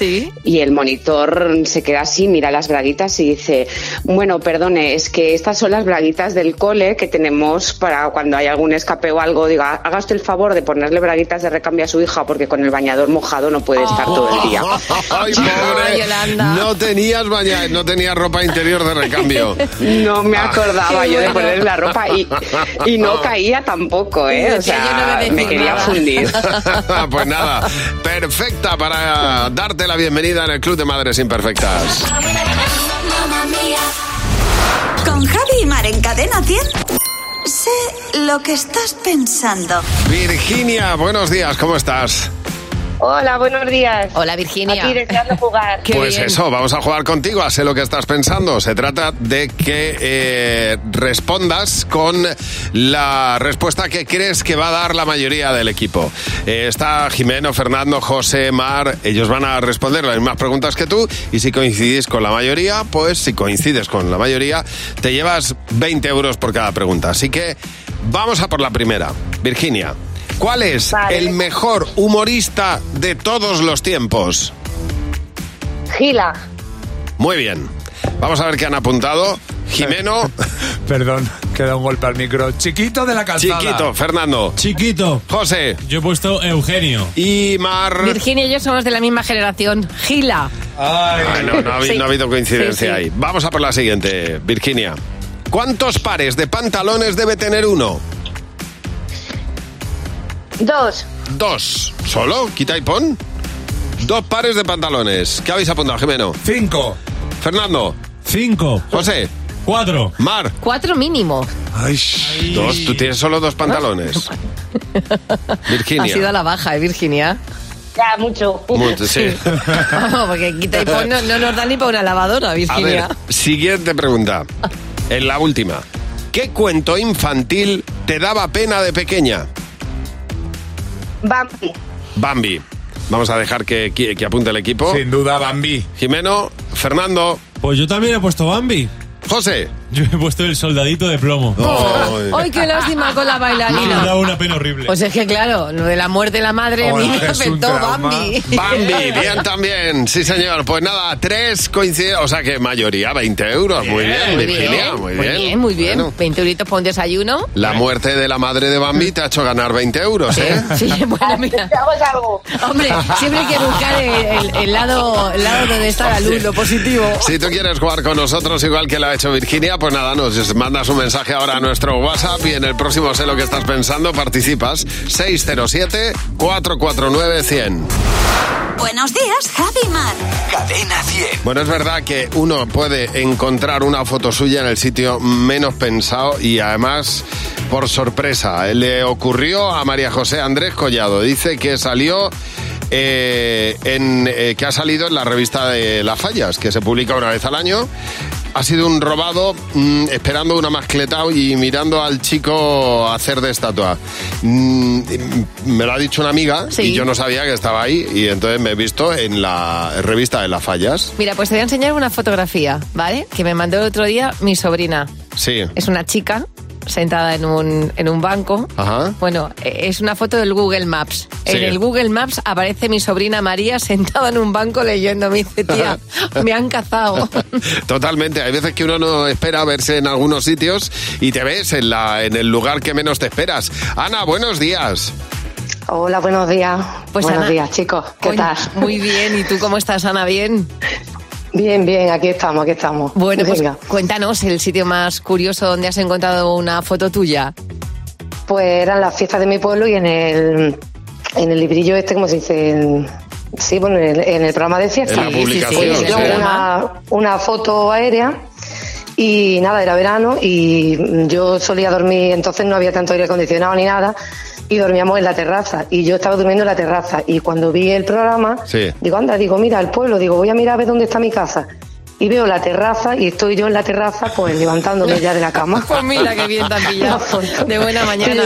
I: y el monitor se queda así, mira las braguitas y dice, bueno, perdone, es que estas son las braguitas del cole que tenemos para cuando hay algún escape o algo, diga, haga usted el favor de ponerle braguitas de recambio a su hija porque con el bañador mojado no puede estar todo el día.
C: Ay, pobre. No tenías baña, no tenías ropa interior de recambio.
I: No me
C: Ah.
I: acordaba
C: Qué
I: yo de
C: bueno. Ah.
I: poner la ropa y, y no caía tampoco, ¿eh? O
C: Decía, "Yo no
I: sea,
C: voy a
I: me
C: decir
I: quería
C: nada".
I: fundir.
C: pues nada, perfecta para darte la bienvenida en el Club de Madres Imperfectas.
A: Con Javi y Mar en Cadena 100. Sé lo que estás pensando.
C: Virginia, buenos días, ¿cómo estás?
U: Hola, buenos días.
D: Hola, Virginia.
U: Aquí deseando jugar.
C: pues eso, vamos a jugar contigo, a sé lo que estás pensando. Se trata de que eh, respondas con la respuesta que crees que va a dar la mayoría del equipo. Eh, está Jimeno, Fernando, José, Mar, ellos van a responder las mismas preguntas que tú y si coincidís con la mayoría, pues si coincides con la mayoría, te llevas 20 euros por cada pregunta. Así que vamos a por la primera. Virginia, ¿cuál es el mejor humorista de todos los tiempos?
U: Gila.
C: Muy bien. Vamos a ver qué han apuntado.
R: Eh,
C: Jimeno.
T: Perdón, que da un golpe al micro. Chiquito de la calzada.
C: Chiquito, Fernando.
R: Chiquito.
C: José.
R: Yo he puesto Eugenio.
C: Y Mar.
D: Virginia y yo somos de la misma generación. Gila.
C: Ah, no, no ha, habido,
D: Sí.
C: no ha habido
D: Sí, sí.
C: coincidencia ahí. Vamos a por la siguiente, Virginia. ¿Cuántos pares de pantalones debe tener uno?
U: Dos.
C: Dos. ¿Solo? ¿Quita y pon? Dos pares de pantalones. ¿Qué habéis apuntado, Jimeno?
T: Cinco.
C: Fernando.
R: Cinco.
C: José.
R: Cuatro.
C: Mar.
D: Cuatro mínimo.
C: Ay, dos. Tú tienes solo dos pantalones.
D: Ha sido a
C: Virginia.
D: la baja, ¿eh, Virginia?
U: Ya, mucho.
C: Mucho, sí.
D: Vamos, porque quita y pon no, no nos da ni para una lavadora,
C: A
D: Virginia.
C: ver, siguiente pregunta. En la última. ¿Qué cuento infantil te daba pena de pequeña?
U: Bambi.
C: Bambi. Vamos a dejar que, que- que apunte el equipo.
T: Sin duda, Bambi.
C: Jimeno, Fernando.
R: Pues yo también he puesto Bambi.
C: José.
R: Yo he puesto el soldadito de plomo.
D: ¡Ay, qué lástima con la
R: Me ha dado
D: bailarina!
R: una pena horrible.
D: Pues es que claro, lo de la muerte de la madre a mí me afectó Bambi.
C: Bambi, bien también. Sí, señor. Pues nada, tres coinciden. O sea que mayoría, 20 euros. muy bien, Virginia. Muy bien.
D: Muy bien, muy bien. 20 euritos para un desayuno.
C: La muerte de la madre de Bambi te ha hecho ganar 20 euros, ¿eh?
D: Sí, bueno, mira.
U: algo.
D: Hombre, siempre hay que buscar el, el- el lado, el lado donde está la luz, lo positivo.
C: Si tú quieres jugar con nosotros igual que lo ha hecho Virginia, pues nada, nos mandas un mensaje ahora a nuestro WhatsApp y en el próximo sé lo que estás pensando, participas 607-449-100.
A: Buenos días, Javi Mar. Cadena 100.
C: Bueno, es verdad que uno puede encontrar una foto suya en el sitio menos pensado y además por sorpresa. Le ocurrió a María José Andrés Collado. Dice que salió... eh, en, eh, que ha salido en la revista de Las Fallas, que se publica una vez al año. Ha sido un robado mm, esperando una mascleta y mirando al chico hacer de estatua. Mm, me lo ha dicho una amiga y yo no sabía que estaba ahí y entonces me he visto en la revista de Las Fallas.
D: Mira, pues te voy a enseñar una fotografía, ¿vale? Que me mandó el otro día mi sobrina.
C: Sí.
D: Es una chica sentada en un, en un banco.
C: Ajá.
D: Bueno, eh, es una foto del Google Maps.
C: Sí.
D: En el Google Maps aparece mi sobrina María sentada en un banco leyendo. Me dice, tía, me han cazado.
C: Totalmente. Hay veces que uno no espera verse en algunos sitios y te ves en, la, en el lugar que menos te esperas. Ana, buenos días.
L: Hola, buenos días.
D: Pues,
L: buenos
D: Ana,
L: días, chicos. ¿Qué
D: Bueno,
L: tal?
D: Muy bien. ¿Y tú cómo estás, Ana? ¿Bien?
L: Bien, bien, aquí estamos, aquí estamos.
D: Bueno, pues
L: Venga.
D: cuéntanos el sitio más curioso donde has encontrado una foto tuya.
L: Pues eran las fiestas de mi pueblo y en el, en el librillo este, como se dice, En- sí, bueno, en el, en el programa de fiestas.
M: En la Sí, sí, publicación, sí, sí,
L: Pues yo
M: sí.
L: una, una foto aérea y nada, era verano y yo solía dormir, entonces no había tanto aire acondicionado ni nada y dormíamos en la terraza y yo estaba durmiendo en la terraza y cuando vi el programa
M: Sí.
L: digo, anda, digo, mira el pueblo, digo, voy a mirar a ver dónde está mi casa. Y veo la terraza y estoy yo en la terraza pues levantándome ya de la cama.
D: Pues mira qué bien te han pillado. De buena mañana.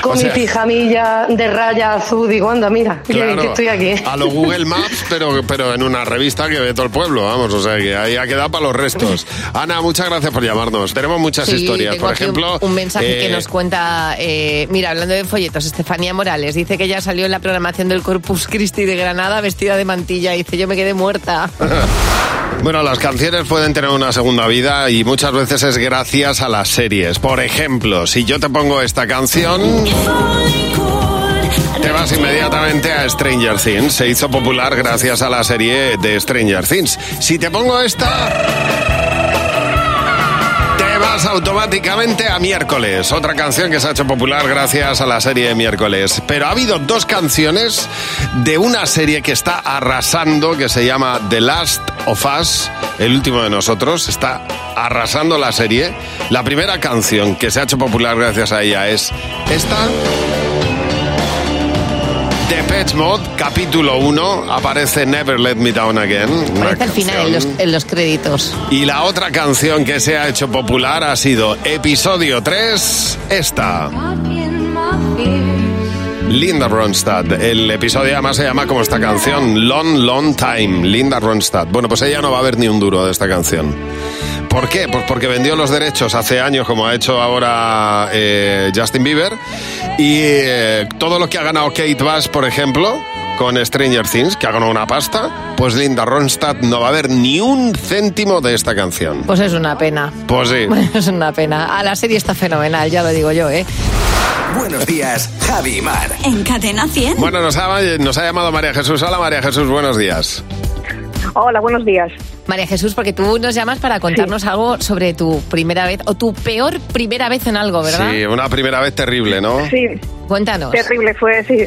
L: Con
C: O sea-
L: mi pijamilla de raya azul, digo, anda, mira, que- que, estoy aquí.
C: A lo Google Maps, pero, pero en una revista que ve todo el pueblo, vamos, o sea que ahí ha quedado para los restos. Ana, muchas gracias por llamarnos. Tenemos muchas
D: Sí,
C: historias,
D: tengo
C: por
D: aquí un-
C: ejemplo...
D: Un, mensaje
C: eh,
D: que nos cuenta, eh, mira, hablando de folletos, Estefanía Morales dice que ella salió en la programación del Corpus Christi de Granada vestida de mantilla. Dice, yo me quedé muerta.
C: Bueno, las canciones pueden tener una segunda vida y muchas veces es gracias a las series. Por ejemplo, si yo te pongo esta canción, te vas inmediatamente a Stranger Things. Se hizo popular gracias a la serie de Stranger Things. Si te pongo esta, te vas automáticamente a miércoles. Otra canción que se ha hecho popular gracias a la serie de miércoles. Pero ha habido dos canciones de una serie que está arrasando, que se llama The Last of Us, el último de nosotros. Está arrasando la serie. La primera canción que se ha hecho popular gracias a ella es esta. De Pet Mod, capítulo 1, aparece Never Let Me Down Again. una
D: Aparece al final en los, en los créditos.
C: y la otra canción que se ha hecho popular ha sido episodio 3, esta. Linda Ronstadt. El episodio además se llama como esta canción, Long, Long Time, Linda Ronstadt. Bueno, pues ella no va a ver ni un duro de esta canción. ¿Por qué? Pues porque vendió los derechos hace años, como ha hecho ahora eh, Justin Bieber. Y eh, todo lo que ha ganado Kate Bass, por ejemplo, con Stranger Things, que ha ganado una pasta, pues Linda Ronstadt no va a ver ni un céntimo de esta canción.
D: Pues es una pena.
C: Pues sí.
D: Es una pena. A la serie está fenomenal, ya lo digo yo, ¿eh?
B: Buenos días, Javi y Mar.
A: En Cadena 100.
C: Bueno, nos ha, nos ha llamado María Jesús. Hola María Jesús, buenos días.
D: Hola, buenos días. María Jesús, porque tú nos llamas para contarnos algo sobre tu primera vez o tu peor primera vez en algo, ¿verdad?
C: Sí, una primera vez terrible, ¿no?
N: Sí,
D: Cuéntanos.
N: terrible fue, sí.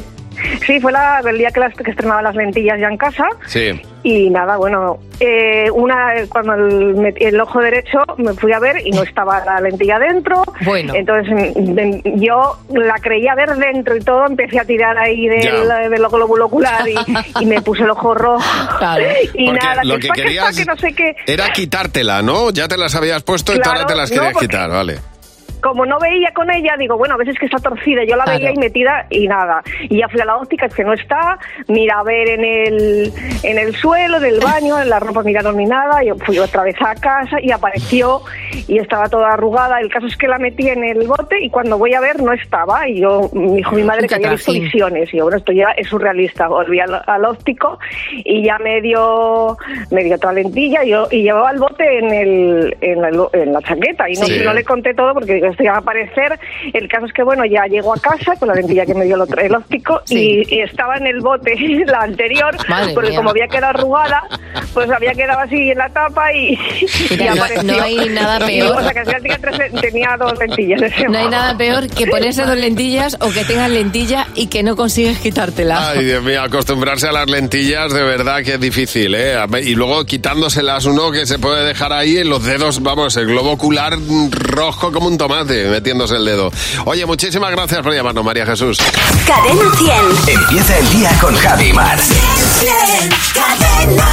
N: Sí, fue la, el día que, las, que estrenaba las lentillas ya en casa.
C: Sí.
N: Y nada, bueno, eh, una eh, cuando el, me- el ojo derecho me fui a ver y no estaba la lentilla dentro.
D: Bueno.
N: Entonces mm, mm, yo la creía ver dentro y todo, empecé a tirar ahí del,
C: Ya.
N: del glóbulo ocular y, y me puse el ojo rojo. Y
C: Porque
N: nada,
C: lo
N: que
C: que
N: está, está,
C: querías
N: que no sé qué.
C: Era quitártela, ¿no? Ya te las habías puesto y tú
N: Claro,
C: ahora te las
N: no,
C: querías
N: porque-
C: quitar, vale.
N: como no veía con ella, digo, bueno, a veces que está torcida, yo la
P: Claro.
N: veía y metida y nada. Y ya fui a la óptica, es que no está, mira a ver en el, en el suelo, en el baño, en la ropa mira ni nada, yo fui otra vez a casa y apareció y estaba toda arrugada. El caso es que la metí en el bote y cuando voy a ver no estaba. Y yo, me dijo mi madre que había visto
P: trajín.
N: visiones. Y yo, bueno, esto ya es surrealista. Volví al, al óptico y ya me dio, me dio otra lentilla y, yo, y llevaba el bote en, el, en, la, en la chaqueta. Y no,
E: Sí.
N: no le conté todo porque digo, esto ya va a aparecer. El caso es que, bueno, ya llego a casa con la lentilla que me dio el, otro- el óptico
E: Sí.
N: y, y estaba en el bote la anterior
E: Madre
N: porque
E: mía.
N: como había quedado arrugada, pues había quedado así en la tapa y,
D: Mira,
N: y
D: no-
N: apareció.
D: no hay nada
N: Y,
D: peor.
N: o sea, que al final tenía, tres- tenía dos lentillas.
D: No hay nada peor que ponerse dos lentillas o que tengas lentilla y que no consigues quitártela.
C: Ay, Dios mío, acostumbrarse a las lentillas de verdad que es difícil, ¿eh? A ver, Y luego quitándoselas uno que se puede dejar ahí en los dedos, vamos, el globo ocular mm, rojo como un tomate, metiéndose el dedo. Oye, muchísimas gracias por llamarnos, María Jesús.
A: Cadena 100.
B: Empieza el día con Javi Mar.
A: Cadena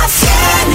A: 100.